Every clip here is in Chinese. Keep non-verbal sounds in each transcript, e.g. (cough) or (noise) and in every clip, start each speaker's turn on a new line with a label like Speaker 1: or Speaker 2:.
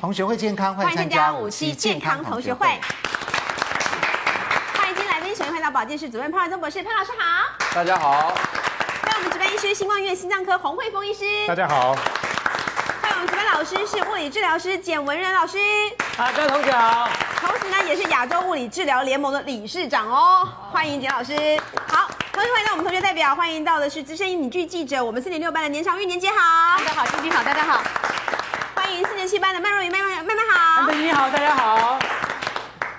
Speaker 1: 同学会健康，欢
Speaker 2: 欢
Speaker 1: 迎
Speaker 2: 迎
Speaker 1: 参
Speaker 2: 参
Speaker 1: 加
Speaker 2: 加
Speaker 1: 五
Speaker 2: 五
Speaker 1: 期
Speaker 2: 期
Speaker 1: 健
Speaker 2: 健
Speaker 1: 康
Speaker 2: 康
Speaker 1: 同
Speaker 2: 同
Speaker 1: 学
Speaker 2: 学
Speaker 1: 会
Speaker 2: 会。。欢迎今天来宾，首先回到保健室主任潘晓宗博士，潘老师好。
Speaker 3: 大家好，
Speaker 2: 欢迎我们值班医师新冠医院心脏科洪慧峰医师，
Speaker 4: 大家好，
Speaker 2: 欢迎我们值班老师是物理治疗师简文仁老师，
Speaker 3: 啊，各位同学好。
Speaker 2: 同时呢也是亚洲物理治疗联盟的理事长哦，欢迎简老师。好，同时欢迎到我们同学代表，欢迎到的是资深影剧记者，我们四年六班的年长玉年姐好，
Speaker 5: 大家好，金金好，大家好。
Speaker 2: 欢迎四年七班的麦若雨麦麦麦麦好。
Speaker 5: 啊
Speaker 3: 你好，大家好。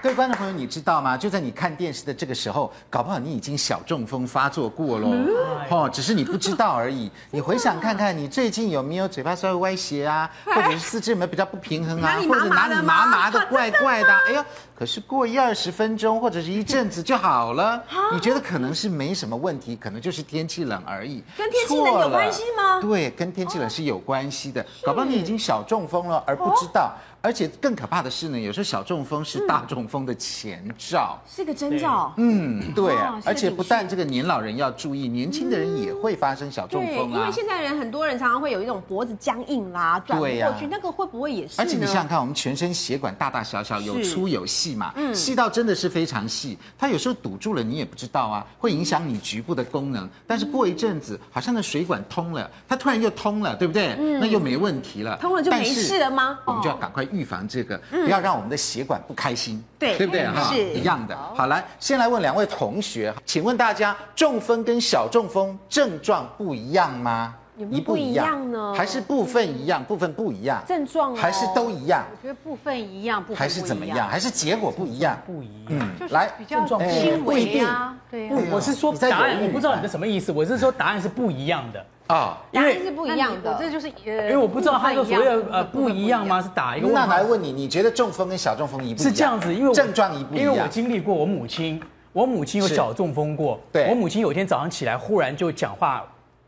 Speaker 1: 各位观众朋友，你知道吗？就在你看电视的这个时候，搞不好你已经小中风发作过喽，
Speaker 2: 嗯
Speaker 1: 哦，只是你不知道而已。你回想看看，你最近有没有嘴巴稍微歪斜
Speaker 2: (laughs)
Speaker 1: 啊，或者是四肢有没有比较不平衡啊
Speaker 2: 哪，里
Speaker 1: 或者
Speaker 2: 麻麻
Speaker 1: 哪
Speaker 2: 的
Speaker 1: 里
Speaker 2: 吗
Speaker 1: 麻麻
Speaker 2: (laughs)
Speaker 1: 的、怪怪的啊？哎呦，可是过一二十分钟或者是一阵子就
Speaker 2: (laughs)
Speaker 1: 好了。
Speaker 2: 啊
Speaker 1: 你觉得可能是没什么问题，可能就是天气冷而已。
Speaker 2: 跟天气冷有
Speaker 1: 错了
Speaker 2: 关系吗
Speaker 1: 对，跟天气冷是有关系的，搞不好你已经小中风了而不知道。而且更可怕的是呢，有时候小中风是大中风的前兆。
Speaker 2: 是个征兆，
Speaker 1: 嗯，对啊
Speaker 2: 哦，是个
Speaker 1: 而且
Speaker 2: 警
Speaker 1: 不但这个年老人要注意，年轻的人也会发生小中
Speaker 2: 对，
Speaker 1: 风
Speaker 2: 因
Speaker 1: 啊
Speaker 2: 为。现在人很多人常常会有一种脖子僵硬啦、转不
Speaker 1: 对
Speaker 4: 啊
Speaker 1: 呀
Speaker 2: 过去，那个会不会也是呢？
Speaker 1: 而且你想想看，我们全身血管大大小小，有粗有细嘛，
Speaker 2: 嗯
Speaker 1: 细到真的是非常细。它有时候堵住了，你也不知道啊，会影响你局部的功能。但是过一阵子，好像那水管通了，它突然又通了，对不对？那又没问题了。
Speaker 2: 嗯通了就
Speaker 1: 但
Speaker 2: 没
Speaker 1: 是
Speaker 2: 事了吗哦嗯
Speaker 1: 我们就要赶快预防这个，不要让我们的血管不开心，
Speaker 2: 对
Speaker 1: 对不对
Speaker 2: 嗯
Speaker 1: 哈？
Speaker 2: 是
Speaker 1: 一样的。好，来，先来问两位同学，请问大家中风跟小中风症状不一样吗？
Speaker 2: 有没有不一样呢
Speaker 1: 还是部分一样，部分不一样？
Speaker 2: 症状哦
Speaker 1: 还是都一样？
Speaker 5: 我觉得部分一样，部分
Speaker 1: 还是怎么样？？还是结果不一样？
Speaker 4: 不一样。
Speaker 1: 嗯
Speaker 5: 就，是
Speaker 1: 来
Speaker 5: 比，较
Speaker 1: 哎
Speaker 5: 轻
Speaker 1: 不一
Speaker 5: 微
Speaker 1: 定
Speaker 5: 啊，对呀
Speaker 1: 哎。呦
Speaker 4: 我是说
Speaker 1: 你在
Speaker 4: 答
Speaker 1: 犹
Speaker 4: 案，
Speaker 1: 豫
Speaker 4: 我不知道你的什么意思。我是说答案是不一样的，
Speaker 1: 啊。
Speaker 2: 答案是不一样
Speaker 5: 那你我这
Speaker 2: 的。
Speaker 5: 就是呃，
Speaker 4: 因为我不知道他
Speaker 5: 部
Speaker 4: 说
Speaker 5: 分
Speaker 4: 所
Speaker 5: 一
Speaker 4: 谓
Speaker 5: 样
Speaker 4: 的呃不一样吗？？是打一个问
Speaker 1: 那
Speaker 4: 号
Speaker 1: 来？问你，你觉得中风跟小中风一不一样？
Speaker 4: 是这样子，因为我
Speaker 1: 症状一不一
Speaker 4: 因为我
Speaker 1: 样。
Speaker 4: 经历过我母亲，我母亲有
Speaker 1: 是
Speaker 4: 小中风过。
Speaker 1: 对
Speaker 4: 我母亲有一天早上起来，忽然就讲话，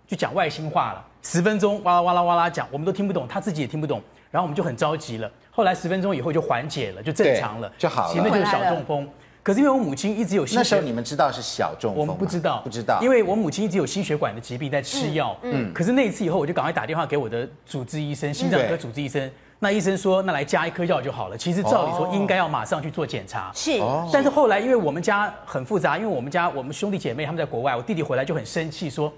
Speaker 4: 就讲外星话了，十分钟哇啦哇啦哇啦讲，我们都听不懂，她自己也听不懂，然后我们就很着急了。后来十分钟以后就缓解了，就正常了，
Speaker 1: 对就好了
Speaker 4: 其实那就是小中风。可是因为我母亲一直有心
Speaker 1: 那时候
Speaker 4: 血
Speaker 1: 你们知道是小中
Speaker 4: 我
Speaker 1: 风吗？啊
Speaker 4: 们不知道，
Speaker 1: 不知道，
Speaker 4: 因为我母亲一直有心血管的疾病，在吃药。嗯，可是那一次以后，我就赶快打电话给我的主治医生，心脏科
Speaker 1: 对
Speaker 4: 主治医生。那医生说，那来加一颗药就好了。其实照理说
Speaker 1: 哦，
Speaker 4: 应该要马上去做检查。
Speaker 2: 是，
Speaker 1: 哦
Speaker 4: 但是后来，因为我们家很复杂，因为我们家我们兄弟姐妹他们在国外，我弟弟回来就很生气，说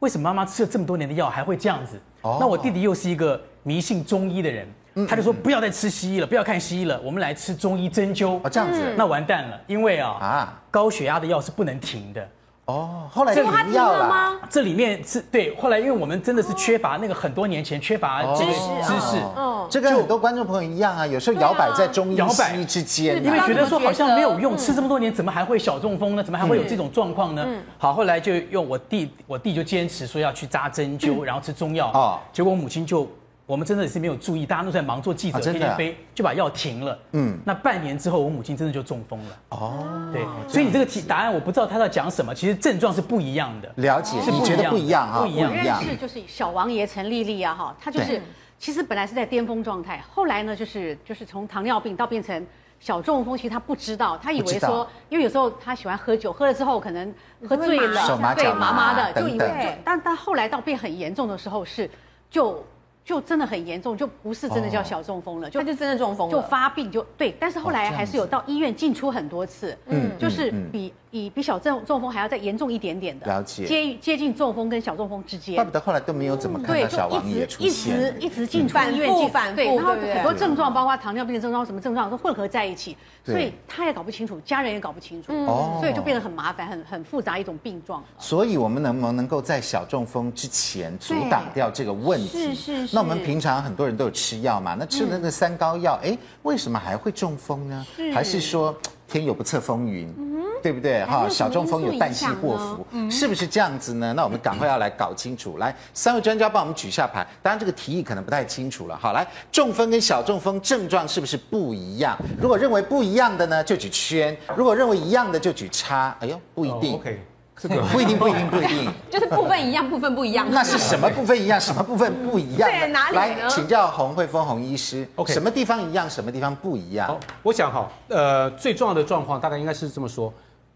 Speaker 4: 为什么妈妈吃了这么多年的药还会这样子？
Speaker 1: 哦
Speaker 4: 那我弟弟又是一个迷信中医的人，他就说不要再吃西医了，不要看西医了，我们来吃中医针灸
Speaker 1: 哦。这样子
Speaker 4: 那完蛋了，因为啊
Speaker 1: 啊
Speaker 4: 高血压的药是不能停的。
Speaker 1: 哦，后来
Speaker 4: 这
Speaker 1: 停药了，？
Speaker 4: 这里面是对，后来因为我们真的是缺乏那个很多年前缺乏这个哦知识，啊
Speaker 1: 哦这跟很多观众朋友一样啊，有时候摇摆在中医
Speaker 4: 摇摆
Speaker 1: 西医之间
Speaker 4: 因为
Speaker 1: 啊，
Speaker 4: 觉得说好像没有用，吃这么多年怎么还会小中风呢？怎么还会有这种状况呢？好，后来就用我弟，我弟就坚持说要去扎针灸，然后吃中药。
Speaker 1: 哦
Speaker 4: 哦，结果我母亲就。我们真的也是没有注意，大家都在忙做记者，
Speaker 1: 啊真的
Speaker 4: 天
Speaker 1: 啊
Speaker 4: 天飞，就把药停了。
Speaker 1: 嗯
Speaker 4: 嗯，那半年之后，我母亲真的就中风了。
Speaker 1: 哦，
Speaker 4: 对，所以你这个题答案我不知道他在讲什么，其实症状是不一样的。
Speaker 1: 了解，
Speaker 4: 是不
Speaker 1: 你觉
Speaker 4: 一
Speaker 1: 得
Speaker 4: 样
Speaker 1: 不一样啊，
Speaker 4: 不一样
Speaker 1: 不一
Speaker 5: 我认
Speaker 1: 样，
Speaker 5: 识就是小王爷陈丽丽啊，哈，她就
Speaker 1: 对
Speaker 5: 是其实本来是在巅峰状态，后来呢，就是就是从糖尿病到变成小中风，其实她不知道，她以
Speaker 1: 不知
Speaker 5: 为
Speaker 1: 道
Speaker 5: 说，因为有时候她喜欢喝酒，喝了之后可能喝醉
Speaker 2: 会麻
Speaker 5: 了，
Speaker 1: 手麻
Speaker 5: 对
Speaker 1: 脚麻
Speaker 5: 麻麻的，就以为
Speaker 1: 等等
Speaker 5: 就，但但后来到变很严重的时候是就就真的很严重，就不是真的
Speaker 1: 哦
Speaker 5: 叫小中风了，就
Speaker 2: 他就真的中风了，
Speaker 5: 就发病就对，但是后
Speaker 1: 哦这
Speaker 5: 来
Speaker 1: 样
Speaker 5: 还是有到医院进出很多次，
Speaker 1: 嗯
Speaker 5: 嗯，就
Speaker 1: 嗯
Speaker 5: 是
Speaker 1: 嗯
Speaker 5: 比比比小中中风还要再严重一点点的，
Speaker 1: 了解
Speaker 5: 接接近中风跟小中风之间
Speaker 1: 怪不。得后来都没有怎么看
Speaker 5: 对，
Speaker 1: 到小
Speaker 5: 就
Speaker 1: 王
Speaker 5: 一
Speaker 1: 爷
Speaker 5: 直
Speaker 1: 出
Speaker 5: 一
Speaker 1: 现。
Speaker 5: 直一直进出
Speaker 2: 反
Speaker 5: 医院
Speaker 2: 复
Speaker 5: 进，
Speaker 2: 反复
Speaker 5: 对，然后
Speaker 2: 对不对
Speaker 5: 很多症状，包括糖尿病的症状、什么症状都混合在一起，
Speaker 1: 对
Speaker 5: 所以他也搞不清楚，家人也搞不清楚，
Speaker 2: 嗯
Speaker 1: 哦
Speaker 5: 所以就变得很麻烦，很很复杂一种病状。
Speaker 1: 所以，我们能不能够在小中风之前阻挡掉这个问
Speaker 2: 是
Speaker 1: 题？
Speaker 2: 是是嗯
Speaker 1: 那我们平常很多人都有吃药嘛，那吃了那三高药，哎、为什么还会中风呢？还是说天有不测风云，对不对？
Speaker 2: 嗯还是有
Speaker 1: 小中风有旦夕祸
Speaker 2: 什么因素
Speaker 1: 福，是不是这样子呢？那我们赶快要来搞清楚。来，三位专家帮我们举下牌。当然，这个题意可能不太清楚了。好，来，中风跟小中风症状是不是不一样？如果认为不一样的呢，就举圈；如果认为一样的，就举叉。哎呦，不一定。
Speaker 4: 哦，OK
Speaker 1: 这个不一定，不一定，不一
Speaker 5: (laughs)
Speaker 1: 定。
Speaker 2: 就是部分一样，部分不一样。
Speaker 1: 那是什么部分一样，什么部分不一样呢？
Speaker 2: 对哪里呢
Speaker 1: 来，请教洪慧峰洪医师
Speaker 6: OK
Speaker 1: 什么地方一样，什么地方不一样
Speaker 6: 好？，我想哈，呃，最重要的状况大概应该是这么说，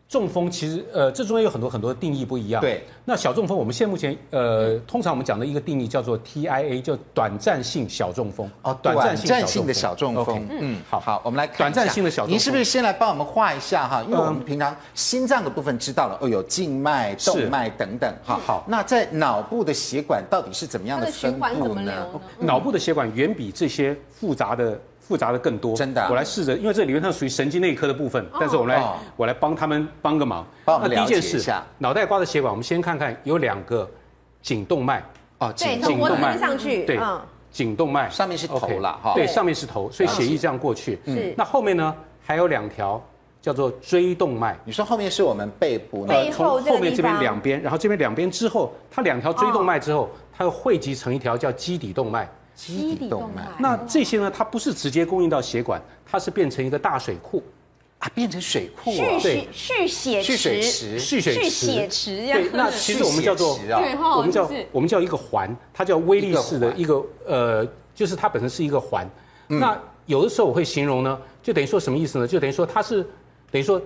Speaker 6: 中风其实呃，这中间有很多很多定义不一样。
Speaker 1: 对，
Speaker 6: 那小中风我们现在目前呃，通常我们讲的一个定义叫做 TIA，叫短暂性小中风。
Speaker 1: 哦，短暂性的小中风
Speaker 6: OK，，
Speaker 1: 嗯，好
Speaker 6: 好
Speaker 1: 好，我们来看
Speaker 6: 短暂
Speaker 1: 一下
Speaker 6: 性的小中
Speaker 1: 您是不是
Speaker 6: 风嗯
Speaker 1: 先来帮我们画一下哈？因为我们平常心脏的部分知道了，哦，有静脉、
Speaker 6: 是
Speaker 1: 动脉等等哈。
Speaker 6: 好
Speaker 1: 那在脑部的血管到底是怎么样
Speaker 5: 它
Speaker 1: 的
Speaker 5: 的
Speaker 1: 分
Speaker 5: 循环怎
Speaker 1: 布
Speaker 5: 么流
Speaker 1: 呢？
Speaker 5: 呢？
Speaker 6: 脑部的血管远比这些复杂的复杂的更多。
Speaker 1: 真的啊
Speaker 6: 我来试着，因为这理论上属于神经内科的部分，但是我们来、
Speaker 1: 哦
Speaker 6: 我来帮他们帮个忙。
Speaker 1: 帮我们
Speaker 6: 那第一
Speaker 1: 了解
Speaker 6: 件
Speaker 1: 一
Speaker 6: 事
Speaker 1: 下，
Speaker 6: 脑袋瓜的血管，我们先看看有两个颈动脉，
Speaker 1: 哦，
Speaker 5: 对
Speaker 1: 颈
Speaker 5: 从
Speaker 6: 颈
Speaker 5: 脖
Speaker 2: 脖子
Speaker 5: 子
Speaker 6: 动脉
Speaker 2: 跟上去，
Speaker 6: 对，颈动脉
Speaker 1: 上面是头
Speaker 6: OK，
Speaker 1: 啦哈嗯
Speaker 6: 对，
Speaker 5: 对
Speaker 6: 上面是头，所以血液这样过去。
Speaker 2: 是
Speaker 6: 那后面呢，还有两条叫做椎动脉。呃
Speaker 1: 你说后面是我们背部呢？
Speaker 2: 背后
Speaker 6: 从
Speaker 2: 这个
Speaker 6: 后面
Speaker 2: 地
Speaker 6: 这边
Speaker 2: 方
Speaker 6: 两边，然后这边两边之后，它两条椎动脉
Speaker 2: 哦
Speaker 6: 之后，它又汇集成一条叫基底动脉。
Speaker 1: 基底动脉
Speaker 6: 那这些呢，它不是直接供应到血管，它是变成一个大水
Speaker 2: (laughs)
Speaker 6: 库，
Speaker 1: 啊，变成水库
Speaker 2: 蓄
Speaker 1: 哦，
Speaker 2: 血蓄血
Speaker 1: 蓄水
Speaker 2: 池，
Speaker 1: 池，
Speaker 6: 蓄水
Speaker 2: 蓄
Speaker 6: 池。
Speaker 2: 血池这
Speaker 6: 对，
Speaker 2: 样
Speaker 6: 那
Speaker 2: 子。
Speaker 6: 其实我们叫做
Speaker 1: 蓄血池啊
Speaker 5: 对哈，
Speaker 6: 我们叫
Speaker 5: 哦就是
Speaker 6: 我们叫一个环，它叫威力士的一个呃，就是它本身是一个环。
Speaker 1: 嗯
Speaker 6: 那有的时候我会形容呢，就等于说什么意思呢？就等于说它是等于说，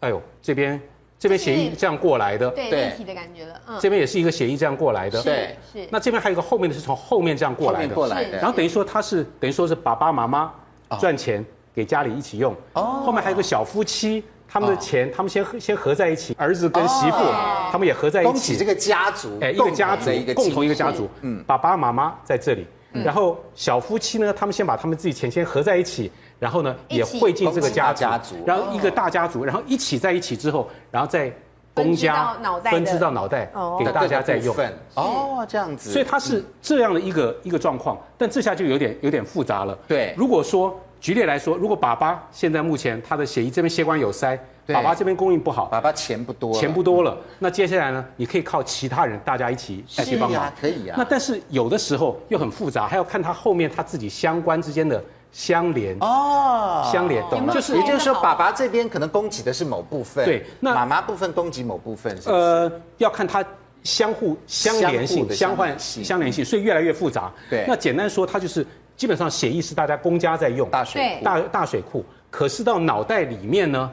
Speaker 6: 哎呦，这边这边血液这样过来的，
Speaker 5: 对
Speaker 1: 对
Speaker 5: 立体的感觉了，嗯，
Speaker 6: 这边也是一个血液这样过来的，
Speaker 1: 对
Speaker 5: 是
Speaker 6: 那这边还有一个后面的是从后面这样过
Speaker 1: 后
Speaker 6: 来
Speaker 1: 面
Speaker 6: 的，
Speaker 1: 过来
Speaker 5: 是
Speaker 1: 的
Speaker 6: 然。后等于说他是等于说是爸爸妈妈赚钱给家里一起用，
Speaker 1: 哦
Speaker 6: 后面还有个小夫妻，他们的钱他们先合先合在一起，儿子跟媳妇
Speaker 1: 哦
Speaker 6: 他们也合在一
Speaker 1: 恭喜这
Speaker 6: 起，
Speaker 1: 个家族，
Speaker 6: 哎，一个
Speaker 1: 共
Speaker 6: 家
Speaker 1: 同
Speaker 6: 族
Speaker 1: 的一个
Speaker 6: 共同一
Speaker 1: 个
Speaker 6: 个家族，嗯，爸爸妈妈在这里。然后小夫妻呢，他们先把他们自己钱先合在一起，然后呢
Speaker 5: 一
Speaker 6: 也
Speaker 5: 起
Speaker 6: 汇进这个家
Speaker 1: 共
Speaker 6: 族，
Speaker 1: 进大家族
Speaker 6: 然后一个大家族，然后一起在一起之后，然后再公家
Speaker 2: 分支到脑袋的
Speaker 6: 分支到脑袋
Speaker 2: 哦
Speaker 6: 给大家再用。
Speaker 1: 哦，这样子，
Speaker 6: 所以它是这样的一个一个状况，但这下就有点有点复杂了。
Speaker 1: 对
Speaker 6: 如果说举例来说，如果爸爸现在目前他的血液这边血管有塞，
Speaker 1: 对
Speaker 6: 爸爸这边供应不好，
Speaker 1: 爸爸钱不多了，
Speaker 6: 钱不多了，那接下来呢，你可以靠其他人大家一起一起
Speaker 1: 是
Speaker 6: 帮忙
Speaker 1: 啊。，可以啊。
Speaker 6: 那但是有的时候又很复杂，还要看他后面他自己相关之间的相连，
Speaker 1: 哦，
Speaker 6: 相连
Speaker 5: 有没有
Speaker 1: 就是，也就是说，爸爸这边可能供给的是某部分，
Speaker 6: 对那
Speaker 1: 妈妈部分供给某部分，是不是
Speaker 6: 呃，要看它相互相
Speaker 1: 相
Speaker 6: 连
Speaker 1: 互
Speaker 6: 性、
Speaker 1: 的
Speaker 6: 相
Speaker 1: 相
Speaker 6: 换
Speaker 1: 连性
Speaker 6: 相连性，所以越来越复杂。
Speaker 1: 对
Speaker 6: 那简单说，它就是基本上血液是大家公家在用，
Speaker 1: 大水库
Speaker 6: 大大水库，可是到脑袋里面呢，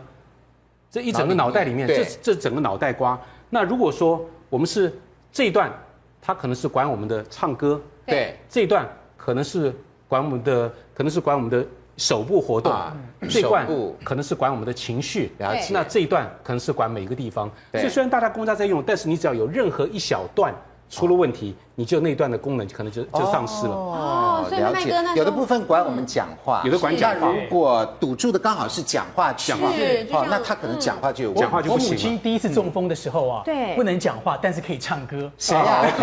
Speaker 6: 这一整个脑袋里面，
Speaker 1: 脑里
Speaker 6: 这
Speaker 1: 面
Speaker 6: 这整个脑袋瓜，那如果说我们是这一段，它可能是管我们的唱歌，
Speaker 1: 对
Speaker 6: 这一段可能是管我们的，可能是管我们的手部活动，
Speaker 1: 啊
Speaker 6: 这一段
Speaker 1: 手部
Speaker 6: 可能是管我们的情绪，
Speaker 1: 了解
Speaker 6: 那这一段可能是管每一个地方。
Speaker 1: 对
Speaker 6: 所以虽然大家公家在用，但是你只要有任何一小段出了问题，你就那一段的功能可能就就丧失了。
Speaker 1: 哦
Speaker 5: 所以麦哥那时候
Speaker 1: 有的部分管我们讲话，
Speaker 6: 有的管讲话
Speaker 1: 那如果堵住的刚好是讲话区，哦
Speaker 6: 讲话
Speaker 5: 是就像
Speaker 1: 那他可能讲话就有问题
Speaker 6: 讲话就
Speaker 4: 我
Speaker 6: 不
Speaker 4: 母
Speaker 6: 行
Speaker 4: 亲
Speaker 6: 了。
Speaker 4: 第一次中风的时候啊，
Speaker 2: 对
Speaker 4: 不能讲话，但是可以唱歌。啊
Speaker 1: 谁呀？ (laughs)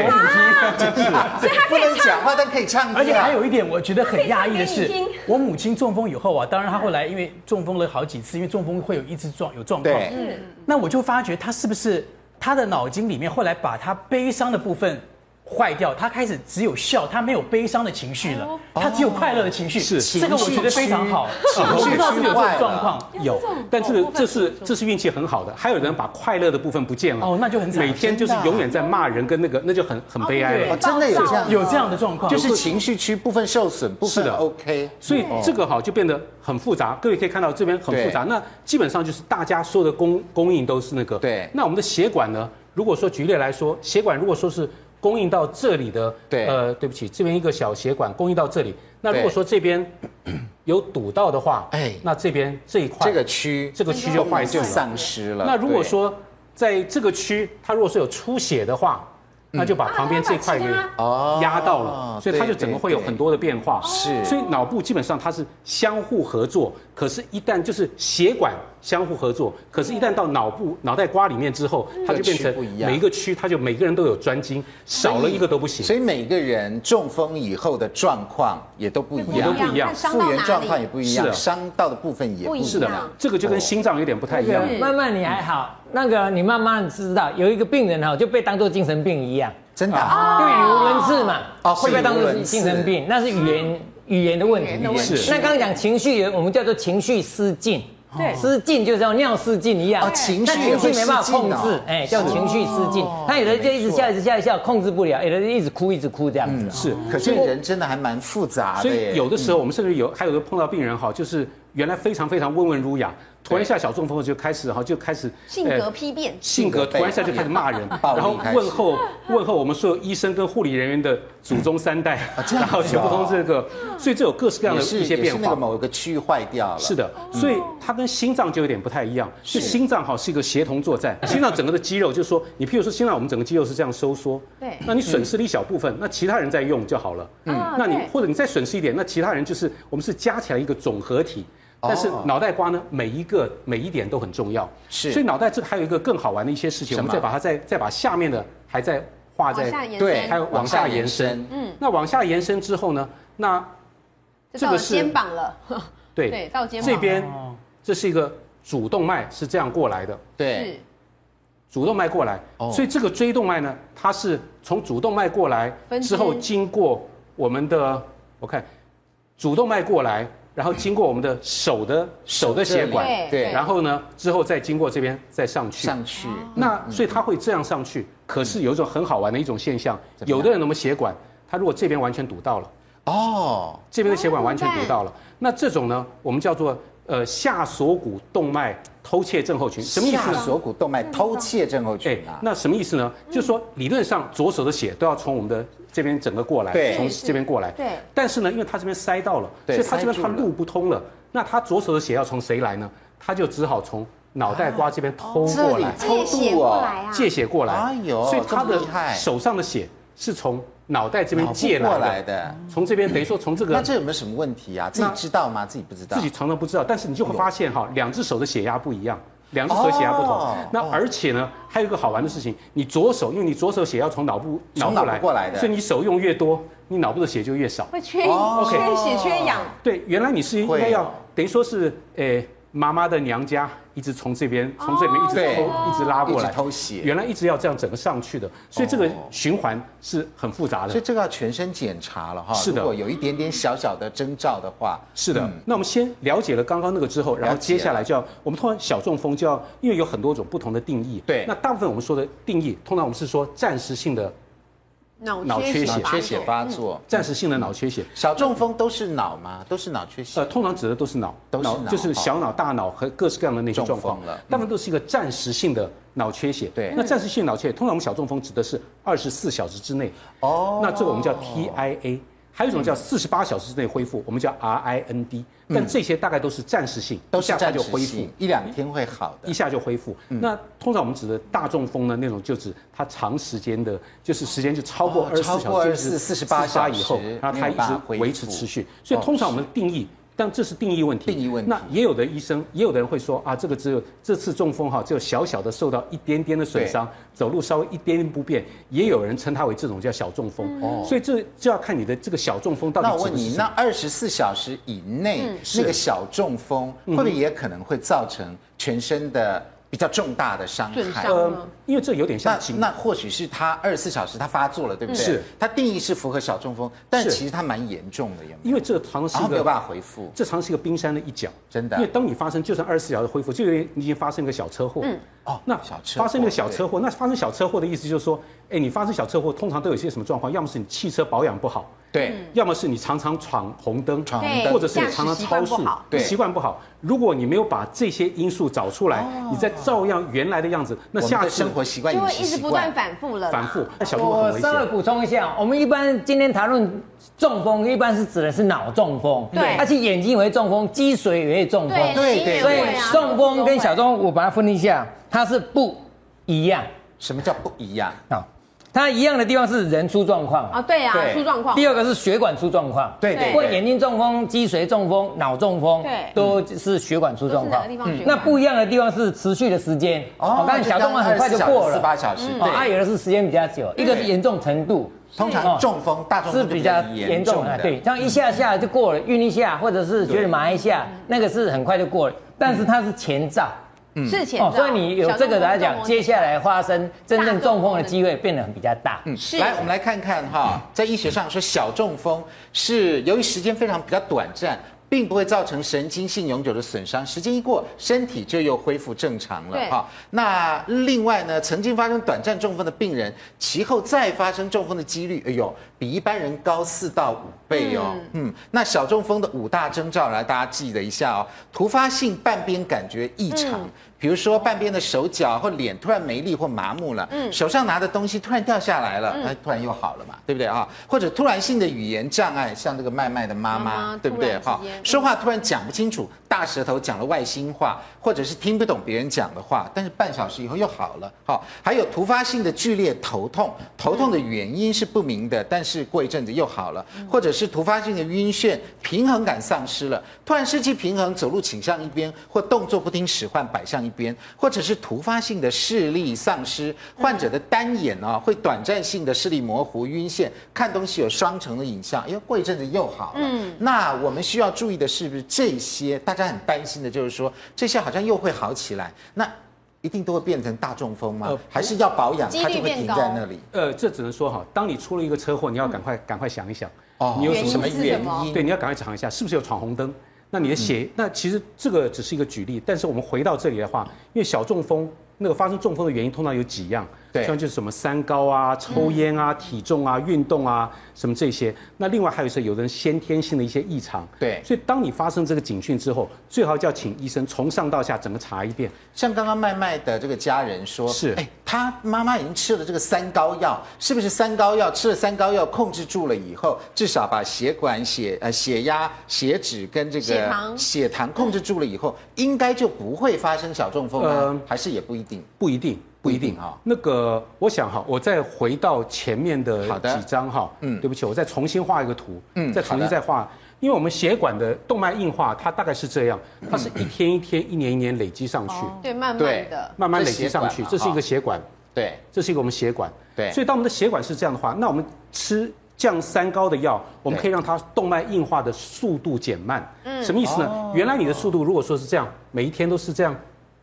Speaker 1: 不能讲话，但可以唱歌啊，
Speaker 4: 而且还有一点，我觉得很讶异的
Speaker 2: 我可以唱
Speaker 4: 是
Speaker 2: 给你听，
Speaker 4: 我母亲中风以后啊，当然她后来因为中风了好几次，因为中风会有一直状有状况
Speaker 1: 对，
Speaker 4: 那我就发觉她是不是她的脑筋里面后来把她悲伤的部分坏掉，她开始只有笑，她没有悲伤的情绪了，她只有快乐的情绪。
Speaker 6: 是
Speaker 4: 这个我觉得非常好，
Speaker 1: 情绪
Speaker 4: 我不知道是不是有
Speaker 1: 区
Speaker 4: 这种
Speaker 1: 坏
Speaker 4: 状
Speaker 1: 了
Speaker 4: 况。
Speaker 6: 有
Speaker 5: 这种，
Speaker 6: 但这个
Speaker 5: 部分
Speaker 6: 这是
Speaker 5: 是
Speaker 6: 这是运气很好的，还有人把快乐的部分不见了，
Speaker 4: 哦那就很惨
Speaker 6: 每天就是
Speaker 1: 真的啊
Speaker 6: 永远在骂人跟那个，那就很很悲哀
Speaker 4: 对
Speaker 6: 了
Speaker 1: 哦。真的有这样，
Speaker 4: 有这样的状况，
Speaker 1: 就是情绪区部分受损，部
Speaker 6: 是
Speaker 1: 分
Speaker 6: 的
Speaker 1: OK，嗯
Speaker 6: 所以这个哈就变得很复杂。各位可以看到这边很复杂，那基本上就是大家所有的供供应都是那个。
Speaker 1: 对
Speaker 6: 那我们的血管呢？如果说举例来说，血管如果说是供应到这里的，
Speaker 1: 对
Speaker 6: 呃，对不起，这边一个小血管供应到这里，那如
Speaker 1: 对
Speaker 6: 果说这边有堵到的话，
Speaker 1: 哎
Speaker 6: 哎，那这边这一块
Speaker 1: 这个区
Speaker 6: 这个区就坏
Speaker 1: 就
Speaker 6: 掉了。
Speaker 1: 丧失了。
Speaker 6: 那如果
Speaker 1: 对
Speaker 6: 说在这个区，它如果是有出血的话，啊那就把旁边这块给
Speaker 1: 哦
Speaker 6: 压到了，所以它就整个会有很多的变化。
Speaker 1: 是
Speaker 6: 所以脑部基本上它是相互合作，可是，一旦就是血管相互合作，可是，一旦到脑部脑袋瓜里面之后，它
Speaker 1: 嗯
Speaker 6: 就变
Speaker 1: 各区
Speaker 6: 成
Speaker 1: 不一样
Speaker 6: 每一个区，它就每个人都有专精，少了一个都不行。
Speaker 1: 所以每个人中风以后的状况也都不一
Speaker 6: 也
Speaker 1: 样
Speaker 6: 都，不一样
Speaker 5: 看伤到
Speaker 1: 复原
Speaker 5: 哪
Speaker 1: 状况也
Speaker 5: 里？
Speaker 1: 不一样，
Speaker 6: 是的
Speaker 1: 伤到的部分也不一样。
Speaker 6: 是的
Speaker 5: 不一样，
Speaker 6: 这个就跟心脏有点不太一样。
Speaker 5: 是
Speaker 3: 慢慢你还好，那个你慢慢知道，有一个病人哈就被当做精神病一样，
Speaker 1: 真的啊、
Speaker 3: 就语无伦次嘛，
Speaker 1: 哦
Speaker 3: 会被当
Speaker 1: 语无
Speaker 3: 做
Speaker 1: 伦次
Speaker 3: 精神病，那是语言语言的问题
Speaker 5: 语言的问
Speaker 6: 题是
Speaker 3: 那刚刚讲情绪，我们叫做情绪失禁。
Speaker 5: 对
Speaker 3: 失禁就像尿失禁一样，
Speaker 1: 哦情绪
Speaker 3: 那情绪
Speaker 1: 也会
Speaker 3: 没办
Speaker 1: 失
Speaker 3: 法
Speaker 1: 禁
Speaker 3: 控
Speaker 1: 哦
Speaker 3: 制，哎，叫情绪失禁。
Speaker 5: 哦
Speaker 3: 他有的就一直笑，一直笑，一直笑，控制不了；有的就一直哭，一直哭这样
Speaker 1: 嗯
Speaker 3: 子。
Speaker 1: 哦
Speaker 6: 是，
Speaker 1: 可见人真的还蛮复杂的
Speaker 6: 所
Speaker 1: 耶。嗯
Speaker 6: 以有的时候我们甚至有，还有的碰到病人哈，就是原来非常非常温文儒雅，突然一下小中风就开始哈就开始
Speaker 2: 性
Speaker 6: 呃
Speaker 2: 格批变，
Speaker 6: 性格突然一下就开始
Speaker 1: (laughs)
Speaker 6: 骂人，然后问候问候我们所有医生跟护理人员的祖宗三代，
Speaker 1: 这样子哦嗯
Speaker 6: (laughs) 然后全部都是这个，所以这有各式各样
Speaker 1: 也
Speaker 6: 的
Speaker 1: 是
Speaker 6: 一些
Speaker 1: 也是
Speaker 6: 变
Speaker 1: 那个嗯
Speaker 6: 化。
Speaker 1: 某个区域坏掉了，
Speaker 6: 是的，所以它跟心脏就有点不太一样。是心脏哈是一个协同作战，心脏整个的肌肉就是说，你譬如说心脏我们整个肌肉是这样收缩，
Speaker 5: 对
Speaker 6: 那你
Speaker 1: 嗯
Speaker 6: 损失了一小部分，那其他人再用就好了。
Speaker 5: 啊
Speaker 6: 那你
Speaker 5: 对
Speaker 6: 或者你再损失一点，那其他人就是我们是加起来一个总合体。但是
Speaker 1: 哦
Speaker 6: 脑袋瓜呢，每一个每一点都很重要。
Speaker 1: 是
Speaker 6: 所以脑袋这个还有一个更好玩的一些事情，
Speaker 1: 什
Speaker 6: 我
Speaker 1: 么
Speaker 6: 们再把它再再把下面的还在画
Speaker 2: 往
Speaker 6: 在
Speaker 2: 下延
Speaker 1: 对
Speaker 2: 伸
Speaker 6: 还有往下延伸。嗯，那往下延伸之后呢，那
Speaker 5: 就
Speaker 6: 这
Speaker 5: 到
Speaker 6: 个
Speaker 5: 了
Speaker 6: 是
Speaker 5: 肩膀了，
Speaker 6: 对
Speaker 5: 对，到肩膀
Speaker 6: 这边
Speaker 4: 哦
Speaker 6: 这是一个主动脉是这样过来的，
Speaker 1: 对
Speaker 2: 嗯
Speaker 5: 是，
Speaker 6: 主动脉过来，
Speaker 1: 哦
Speaker 6: 所以这个椎动脉呢，它是从主动脉过来
Speaker 5: 分支
Speaker 6: 之后，经过我们的，我看主动脉过来，然后经过我们的手的手的血管，
Speaker 5: 对
Speaker 1: 对，
Speaker 6: 然后呢之后再经过这边再上去。
Speaker 1: 上嗯去
Speaker 6: 那所以它会这样上去，可是有一种很好玩的一种现象，
Speaker 1: 怎么样
Speaker 6: 有的人我们血管，它如果这边完全堵到了。
Speaker 1: 哦，
Speaker 6: 这边的血管完全堵到了。那这种呢，我们叫做呃下锁骨动脉偷窃症候群，什么意思
Speaker 1: 下
Speaker 6: 呢？
Speaker 1: 锁骨动脉偷窃症候
Speaker 6: 哎
Speaker 1: 群啊，
Speaker 6: 那什么意思呢？就是说理论上左手的血都要从我们的这边整个过
Speaker 1: 对
Speaker 6: 来，从这边过来。
Speaker 5: 对
Speaker 6: 但是呢，因为他这边塞到了，
Speaker 1: 对
Speaker 6: 所以他这边
Speaker 1: 塞
Speaker 6: 他
Speaker 1: 住了
Speaker 6: 路不通了。那他左手的血要从谁来呢？他就只好从脑袋瓜这边偷
Speaker 1: 哦这
Speaker 6: 过
Speaker 1: 里
Speaker 6: 来，
Speaker 1: 偷
Speaker 2: 写
Speaker 1: 渡
Speaker 2: 过
Speaker 1: 哦，
Speaker 2: 来啊，
Speaker 6: 借血过来。
Speaker 1: 哎呦
Speaker 6: 所以他
Speaker 1: 这
Speaker 6: 的
Speaker 1: 么厉害
Speaker 6: 手上的血是从脑袋这边
Speaker 1: 脑部
Speaker 6: 借
Speaker 1: 过
Speaker 6: 来
Speaker 1: 来
Speaker 6: 的，
Speaker 1: 的。
Speaker 6: 从这边等于说从这个
Speaker 1: 那这有没有什么问题啊？自己知道吗？自己不知道。
Speaker 6: 自己常常不知道，但是你就会发现哈，两只手的血压不一样，两只手的血压不同。
Speaker 1: 哦
Speaker 6: 那
Speaker 1: 哦
Speaker 6: 而且呢，还有一个好玩的事情，你左手，因为你左手血要从脑部
Speaker 1: 从脑部过来的
Speaker 6: 所以你手用越多，你脑部的血就越少。
Speaker 5: 会缺
Speaker 1: 哦
Speaker 5: 缺
Speaker 6: OK
Speaker 5: 血缺氧，
Speaker 6: 对，原来你是应该
Speaker 1: 会哦
Speaker 6: 要等于说是诶。妈妈的娘家一直从这边，从这边一
Speaker 1: 哦
Speaker 6: 直
Speaker 1: 对
Speaker 6: 偷，一直拉过
Speaker 1: 一
Speaker 6: 来，
Speaker 1: 直偷血
Speaker 6: 原来一直要这样整个上去的，所以这个
Speaker 1: 哦
Speaker 6: 循环是很复杂的
Speaker 1: 所以。这个要全身检查了哈。
Speaker 6: 是的
Speaker 1: 如果有一点点小小的征兆的话，
Speaker 6: 是的，那我们先了解了刚刚那个之后，然后
Speaker 1: 嗯了解
Speaker 6: 接下来就要我们通常小中风就要，因为有很多种不同的定义。
Speaker 1: 对
Speaker 6: 那大部分我们说的定义，通常我们是说暂时性的
Speaker 1: 嗯
Speaker 5: 脑
Speaker 6: 脑缺血
Speaker 1: 脑缺血
Speaker 5: 吧？
Speaker 1: 发作，
Speaker 6: 暂时性的脑缺血，
Speaker 1: 小中风都是脑吗？都是脑缺血
Speaker 6: 呃，。通常指的都是脑，
Speaker 1: 都是脑
Speaker 6: 就是小脑、大脑和各式各样的那些状况
Speaker 1: 中风了
Speaker 6: 大部分都是一个暂时性的脑缺血。
Speaker 1: 对
Speaker 6: 那暂时性脑缺血，通常我们小中风指的是二十四小时之内。
Speaker 1: 哦嗯
Speaker 6: 那这个我们叫 TIA，还有一种叫四十八小时之内恢复，我们叫 RIND。但这些大概都是暂时性，
Speaker 1: 都
Speaker 6: 一
Speaker 1: 是
Speaker 6: 下它
Speaker 1: 暂
Speaker 6: 就
Speaker 1: 时
Speaker 6: 恢复
Speaker 1: 性。，一两天会好
Speaker 6: 一
Speaker 1: 的。
Speaker 6: 下就恢复。
Speaker 1: 嗯
Speaker 6: 那通常我们指的大中风呢，那种就指它长时间的，就是时间就超过
Speaker 1: 哦
Speaker 6: 二十四
Speaker 1: 超
Speaker 6: 小时，
Speaker 1: 过
Speaker 6: 就是
Speaker 1: 24 48
Speaker 6: 48
Speaker 1: 小时
Speaker 6: 以后，然后
Speaker 1: 没
Speaker 6: 它
Speaker 1: 有
Speaker 6: 一
Speaker 1: 办法恢
Speaker 6: 直维持
Speaker 1: 复哦
Speaker 6: 持续。所以通常我们定义，但这是定义问题。
Speaker 1: 定义问题
Speaker 6: 那也有的医生，也有的人会说啊，这个只有这次中风哈，只有小小的受到一点点的损伤，走路稍微一点点不便，也有人称它为这种叫小中风。
Speaker 1: 哦
Speaker 6: 所以这就要看你的这个小中风到底
Speaker 1: 那我
Speaker 6: 指
Speaker 1: 问
Speaker 6: 的是
Speaker 1: 你，
Speaker 6: 什
Speaker 1: 那
Speaker 6: 么。
Speaker 1: 二十四小时以内
Speaker 5: 嗯
Speaker 1: 那个小中风，会不会也可能会造成全身的比较重大的伤
Speaker 5: 损
Speaker 1: 害
Speaker 5: 伤？
Speaker 6: 呃，因为这有点像
Speaker 1: 那
Speaker 6: 颈
Speaker 1: 那或许是他二十四小时他发作了，对不
Speaker 5: 嗯
Speaker 1: 对？
Speaker 6: 是，
Speaker 1: 他定义是符合小中风，但
Speaker 6: 是
Speaker 1: 其实他蛮严重的，有没有？
Speaker 6: 因为这常常是
Speaker 1: 然
Speaker 6: 一
Speaker 1: 后
Speaker 6: 个
Speaker 1: 啊没有办法恢复，
Speaker 6: 这常是一个冰山的一角，
Speaker 1: 真的
Speaker 6: 因为当你发生，就算二十四小时恢复，就因为你已经发生一个小车祸。嗯，
Speaker 1: 哦
Speaker 6: 那
Speaker 1: 小车祸
Speaker 6: 发生一个小车祸，那发生小车祸的意思就是说，哎，你发生小车祸，通常都有一些什么状况？要么是你汽车保养不好，
Speaker 1: 对，
Speaker 5: 嗯
Speaker 6: 要么是你常常闯红灯，
Speaker 1: 闯红灯
Speaker 6: 或者是你常常
Speaker 5: 驾
Speaker 6: 超
Speaker 5: 驶习惯
Speaker 6: 速
Speaker 5: 不好，
Speaker 1: 对
Speaker 6: 习惯不好。如果你没有把这些因素找出来，你再照样原来的样子，那
Speaker 1: 哦我们
Speaker 6: 下
Speaker 1: 的
Speaker 6: 次
Speaker 1: 生活习惯、
Speaker 5: 就
Speaker 1: 饮
Speaker 5: 会
Speaker 1: 食
Speaker 5: 一直
Speaker 1: 习
Speaker 5: 不断
Speaker 1: 惯，
Speaker 5: 反复了啦，
Speaker 6: 反复，那小中风
Speaker 3: 我
Speaker 6: 很危
Speaker 3: 稍微
Speaker 6: 险。
Speaker 3: 补充一下，我们一般今天谈论中风，一般是指的是脑中风，
Speaker 5: 对
Speaker 3: 而且眼睛也会中风，脊髓也会中风，
Speaker 1: 对对
Speaker 3: 所以
Speaker 1: 对
Speaker 5: 啊
Speaker 3: 中风跟小中风，我把它分一下，它是不一样
Speaker 1: 什么叫不一样？
Speaker 3: 啊。它一样的地方是人出状况
Speaker 5: 啊，对啊，
Speaker 1: 对
Speaker 5: 出状况，
Speaker 3: 第二个是血管出状况，
Speaker 1: 对
Speaker 5: 对
Speaker 3: 不管眼睛中风、脊髓中风、脑中风，
Speaker 5: 对
Speaker 3: 都是血管出
Speaker 5: 都
Speaker 3: 状
Speaker 5: 是哪
Speaker 3: 况
Speaker 5: 个。地方血管？
Speaker 3: 那不一样的地方是持续的时间，哦，但小中风很快就过
Speaker 1: 四
Speaker 3: 了，
Speaker 1: 八小时，
Speaker 5: 嗯
Speaker 3: 哦，啊，
Speaker 1: 对，
Speaker 3: 有的是时间比较久，一个是严重程度，
Speaker 1: 通常
Speaker 3: 哦
Speaker 1: 中风、大中
Speaker 3: 是
Speaker 1: 风就
Speaker 3: 比较严
Speaker 1: 严
Speaker 3: 重
Speaker 1: 重
Speaker 3: 的，
Speaker 1: 的，
Speaker 3: 对，这样一下下就过了，晕一下或者是觉得麻一下，
Speaker 5: 嗯
Speaker 3: 那个是很快就过了，但是它是前兆
Speaker 5: 是前
Speaker 3: 哦
Speaker 5: 兆，，
Speaker 3: 所以你有这个来讲，接下来发生真正中风的机会变得很比较大。
Speaker 1: 嗯
Speaker 5: 是
Speaker 1: 来，我们来看看哈，在医学上说小中风是由于时间非常比较短暂，并不会造成神经性永久的损伤，时间一过，身体就又恢复正常了
Speaker 5: 对
Speaker 1: 哈。那另外呢，曾经发生短暂中风的病人，其后再发生中风的几率，哎呦，比一般人高四到五倍哦。嗯那小中风的五大征兆来，大家记得一下哦。突发性半边感觉异常，
Speaker 5: 嗯
Speaker 1: 比如说半边的手脚或脸突然没力或麻木了，
Speaker 5: 嗯
Speaker 1: 手上拿的东西突然掉下来了，哎、突然又好了嘛，对不对啊？或者突然性的语言障碍，像这个麦麦的妈妈，
Speaker 5: 妈妈
Speaker 1: 对不对
Speaker 5: 突然之
Speaker 1: 哈？
Speaker 5: 间
Speaker 1: 说话突然讲不清楚，大舌头讲了外星话，或者是听不懂别人讲的话，但是半小时以后又好了。好，还有突发性的剧烈头痛，头痛的原因是不明的，但是过一阵子又好了，
Speaker 5: 嗯
Speaker 1: 或者是突发性的晕眩，平衡感丧失了，突然失去平衡，走路倾向一边，或动作不听使唤摆向一边，或者是突发性的视力丧失，
Speaker 5: 嗯
Speaker 1: 患者的单眼啊会短暂性的视力模糊、晕眩，看东西有双重的影像，因为过一阵子又好了。嗯，那我们需要注意的是不是这些？大家很担心的就是说，这些好像又会好起来，那一定都会变成大中风吗？
Speaker 6: 呃
Speaker 1: 还是要保养，
Speaker 5: 几
Speaker 1: 它
Speaker 5: 率
Speaker 1: 就会停
Speaker 5: 变高
Speaker 1: 在那里？
Speaker 6: 呃，这只能说哈，当你出了一个车祸，你要赶快赶快想一想，
Speaker 1: 哦
Speaker 6: 你有
Speaker 5: 嗯原因
Speaker 6: 什么
Speaker 5: 是
Speaker 6: 原
Speaker 5: 什么嗯
Speaker 6: 因？对，你要赶快想一下，是不是有闯红灯？那你的血，那其实这个只是一个举例，但是我们回到这里的话，
Speaker 5: 嗯
Speaker 6: 因为小中风那个发生中风的原因通常有几样，
Speaker 1: 对
Speaker 6: 像就是什么三高啊、抽烟
Speaker 5: 嗯
Speaker 6: 啊、体重啊、运动啊，什么这些。那另外还有是有的人先天性的一些异常，
Speaker 1: 对
Speaker 6: 所以当你发生这个警讯之后，最好就要请医生从上到下整个查一遍。
Speaker 1: 像刚刚麦麦的这个家人说，
Speaker 6: 是
Speaker 1: 哎，他妈妈已经吃了这个三高药，是不是三高药吃了三高药控制住了以后，至少把血管、血呃血压、血脂跟这个
Speaker 5: 血糖
Speaker 1: 血糖控制住了以后，应该就不会发生小中风吗？
Speaker 6: 嗯
Speaker 1: 还是也不一定？
Speaker 6: 不一定，
Speaker 1: 不
Speaker 6: 不
Speaker 1: 一
Speaker 6: 一
Speaker 1: 定
Speaker 6: 定
Speaker 1: 哈
Speaker 6: 哈。那个，我想哈，我再回到前面的
Speaker 1: 好的
Speaker 6: 几张哈，
Speaker 1: 嗯
Speaker 6: 嗯，对不起，我再重新画一个图，
Speaker 1: 嗯
Speaker 6: 嗯，再重
Speaker 1: 好的
Speaker 6: 新再画，因为我们血管的动脉硬化，它大概是这样，它是一天一天、一年一年累积上去，
Speaker 2: 哦
Speaker 5: 对，慢慢
Speaker 1: 对
Speaker 5: 的，
Speaker 6: 慢慢累积上去，
Speaker 1: 这是
Speaker 6: 这
Speaker 1: 血管嘛
Speaker 6: 是一个血管，
Speaker 1: 对，
Speaker 6: 这是一个我们血管，
Speaker 1: 对
Speaker 6: 所以当我们的血管是这样的话，那我们吃降三高的药，我们
Speaker 1: 对
Speaker 6: 可以让它动脉硬化的速度减慢，嗯，什么意
Speaker 1: 哦
Speaker 6: 思呢？原来你的速度如果说是这样，每一天都是这样，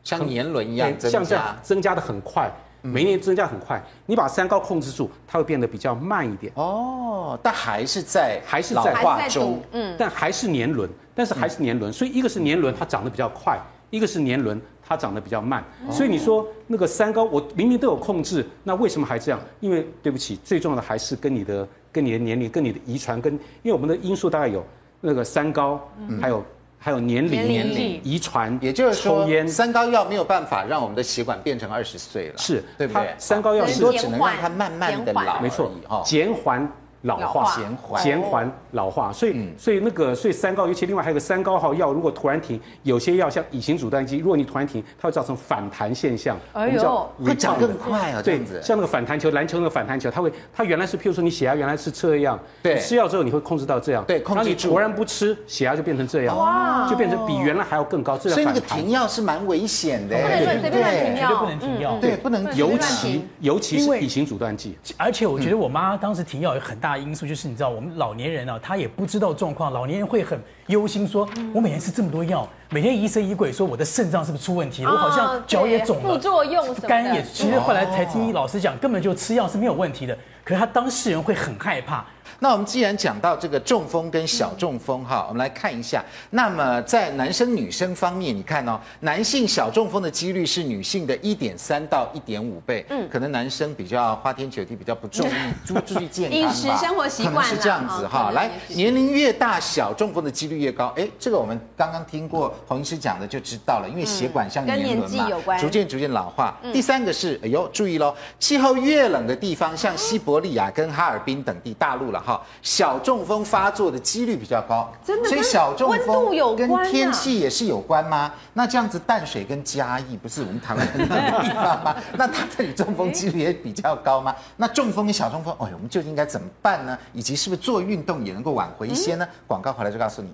Speaker 1: 像年轮一样
Speaker 6: 对
Speaker 1: 增
Speaker 6: 像这样
Speaker 1: 加。
Speaker 6: 增加的很快，每年增加很快。你把三高控制住，它会变得比较慢一点，
Speaker 1: 哦，但还是在
Speaker 6: 还是在
Speaker 1: 老化
Speaker 5: 还是在
Speaker 1: 中
Speaker 5: 堵，
Speaker 6: 嗯，但还是年轮，但是还是年轮。所以一个是年轮，它长得比较快；一个是年轮，它长得比较慢。所以你说那个三高，我明明都有控制，那为什么还这样？因为对不起，最重要的还是跟你的、跟你的年龄、跟你的遗传、跟因为我们的因素大概有那个三高，还有还有年龄、
Speaker 5: 年龄
Speaker 6: 遗传，
Speaker 1: 也就是说
Speaker 6: 抽烟，。
Speaker 1: 三高药没有办法让我们的血管变成二十岁了，
Speaker 6: 是
Speaker 1: 对不对
Speaker 6: 它？三高药
Speaker 1: 顶
Speaker 6: 是
Speaker 1: 多只能
Speaker 5: 延
Speaker 1: 让
Speaker 5: 缓
Speaker 1: 它慢慢的
Speaker 5: 延缓
Speaker 1: 老而已，哦
Speaker 6: 没错，
Speaker 1: 哈。
Speaker 6: 减缓老
Speaker 5: 老
Speaker 6: 化，
Speaker 5: 化
Speaker 1: 减缓嗯
Speaker 6: 减缓老化。所以，所以那个，所以三高，尤其另外还有个三高号药，如果突然停，有些药像乙型阻断剂，如果你突然停，它会造成反弹现象，
Speaker 5: 哎呦
Speaker 1: 会长
Speaker 6: rebound
Speaker 1: 更快啊，这
Speaker 6: 对
Speaker 1: 样子，。
Speaker 6: 像那个反弹球，篮球那个反弹球，它会，它原来是，譬如说你血压原来是这样，
Speaker 1: 对
Speaker 6: 你吃药之后你会控制到这样，
Speaker 1: 对控制
Speaker 6: 然后你
Speaker 1: 住
Speaker 6: 突然不吃，血压就变成这样，就变成比原来还要更高，这
Speaker 1: 所以
Speaker 6: 叫
Speaker 1: 那
Speaker 6: 反
Speaker 1: 个
Speaker 6: 弹
Speaker 1: 停。药是蛮危险的，
Speaker 5: 不能乱随便乱停
Speaker 4: 绝
Speaker 5: 药
Speaker 4: 对不能停药。
Speaker 1: 对，不能
Speaker 5: 对
Speaker 6: 尤
Speaker 5: 乱
Speaker 6: 其
Speaker 5: 停
Speaker 6: 尤其
Speaker 4: 因
Speaker 6: 是
Speaker 4: 为
Speaker 6: 乙型阻断剂，
Speaker 4: 而且我觉得我妈当时停药有很大的因素，就是你知道我们老年人啊，她也不知道状况，老年人会很忧心说，我每天吃这么多药，每天疑神疑鬼，说我的肾脏是不是出问题了，我好像
Speaker 5: 哦
Speaker 4: 脚也肿
Speaker 7: 啊副
Speaker 4: 了。
Speaker 7: 作用什么的，嗯
Speaker 4: 肝也，其实后来才听老师讲，根本就吃药是没有问题的。可是他当事人会很害怕，
Speaker 1: 那我们既然讲到这个中风跟小中风哈，我们来看一下。那么在男生女生方面，你看哦，男性小中风的几率是女性的一点三到一点五倍。嗯，可能男生比较花天酒地，比较不注意注注意健康吧
Speaker 5: (laughs) 饮食生活习惯
Speaker 1: 可
Speaker 5: 啦
Speaker 1: 能是这样子
Speaker 5: 哦
Speaker 1: 哈。
Speaker 5: 可能
Speaker 1: 来
Speaker 5: 也，许
Speaker 1: 年龄越大，小中风的几率越高。哎，这个我们刚刚听过洪医师讲的就知道了，因为血管像
Speaker 5: 嗯跟
Speaker 1: 年轮
Speaker 5: 年纪
Speaker 1: 嘛
Speaker 5: 有，关嗯
Speaker 1: 逐渐。逐渐逐渐老化。第三个是，哎呦，注意喽，气候越冷的地方，像西伯利亚跟哈尔滨等地大陆了哈，小中风发作的几率比较高。
Speaker 5: 真的
Speaker 1: 所以
Speaker 5: 跟
Speaker 1: 小中
Speaker 5: 温度有
Speaker 1: 风跟
Speaker 5: 关啊
Speaker 1: 天气也是有关吗？那这样子淡水跟嘉义不是我们台湾很冷的地方 (laughs) 吗？那它这里中风几率也比较高吗？那中风跟小中风，哎，我们究竟应该怎么办呢？以及是不是做运动也能够挽回一些呢？广告回来就告诉你。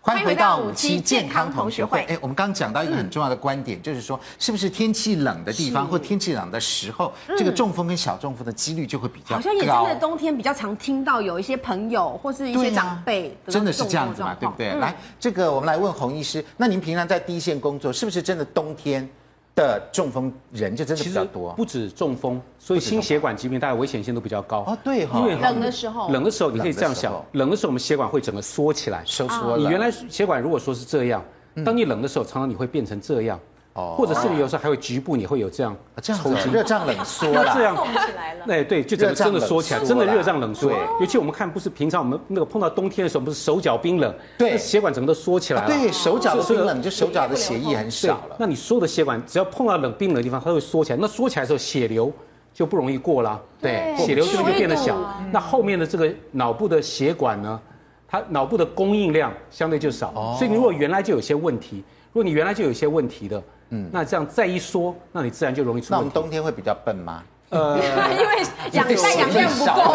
Speaker 1: 欢迎回到五期健康同学会。哎，我们刚刚讲到一个
Speaker 2: 嗯
Speaker 1: 很重要的观点，就是说，是不是天气冷的地方或天气冷的时候，这个中风跟小中风的几率就会比较高？
Speaker 2: 嗯好像也真的冬天比较常听到有一些朋友或是一
Speaker 1: 对
Speaker 2: 些
Speaker 1: 呀
Speaker 2: 长辈得到
Speaker 1: 真的是
Speaker 2: 中
Speaker 1: 这样
Speaker 2: 风
Speaker 1: 子嘛，
Speaker 2: 状
Speaker 1: 对
Speaker 2: 况
Speaker 1: 不
Speaker 2: 嗯
Speaker 1: 对？来，这个我们来问洪医师，那您平常在第一线工作，是不是真的冬天的中风人就真的
Speaker 6: 其
Speaker 1: 比较
Speaker 6: 实
Speaker 1: 多。
Speaker 6: 不止中风，所以心血管疾病大家危险性都比较高。
Speaker 1: 哦，对哈、
Speaker 6: 因为
Speaker 2: 冷的时候
Speaker 6: 冷的时候你可以这样想
Speaker 1: 冷的时候，
Speaker 6: 冷的时候我们血管会整个缩起来，
Speaker 1: 收缩了。嗯
Speaker 6: 你
Speaker 2: 啊
Speaker 6: 原来血管如果说是这样，当你冷的时候，常常你会变成这样，
Speaker 1: 哦
Speaker 6: 或者是你有时候还会局部你会有这样
Speaker 1: 啊这样
Speaker 6: 抽
Speaker 1: 子
Speaker 6: 筋。
Speaker 1: 热胀冷缩
Speaker 6: 那 (laughs)
Speaker 1: 啦。
Speaker 6: 这样
Speaker 5: 起来了。
Speaker 6: 哎，对，就整个真的缩起来，
Speaker 1: 热胀冷缩
Speaker 6: 真的
Speaker 1: 啦
Speaker 6: 热胀冷缩
Speaker 1: 对。
Speaker 6: 尤其我们看，不是平常我们那个碰到冬天的时候，不是手脚冰冷，
Speaker 1: 对
Speaker 6: 那血管整个都缩起来
Speaker 1: 啊
Speaker 6: 了。
Speaker 1: 对手脚的
Speaker 6: 是是
Speaker 1: 冰冷，就手脚的血液很
Speaker 6: 对
Speaker 1: 少了。
Speaker 6: 那你所有的血管只要碰到冷冰冷的地方，它会缩起来。那缩起来的时候，血流就不容易过啦。
Speaker 1: 对
Speaker 6: 血流
Speaker 5: 是
Speaker 6: 就会变得
Speaker 5: 容易
Speaker 6: 小
Speaker 5: 堵啊。
Speaker 6: 那后面的这个脑部的血管呢，它脑部的供应量相对就少。
Speaker 1: 哦
Speaker 6: 所以你如果原来就有些问题，如果你原来就有些问题的，嗯，那这样再一缩，那你自然就容易出
Speaker 1: 那我
Speaker 6: 问
Speaker 1: 们
Speaker 6: 题。
Speaker 1: 冬天会比较笨吗？
Speaker 2: (laughs) 因为氧带氧量不
Speaker 1: (laughs)
Speaker 2: 够，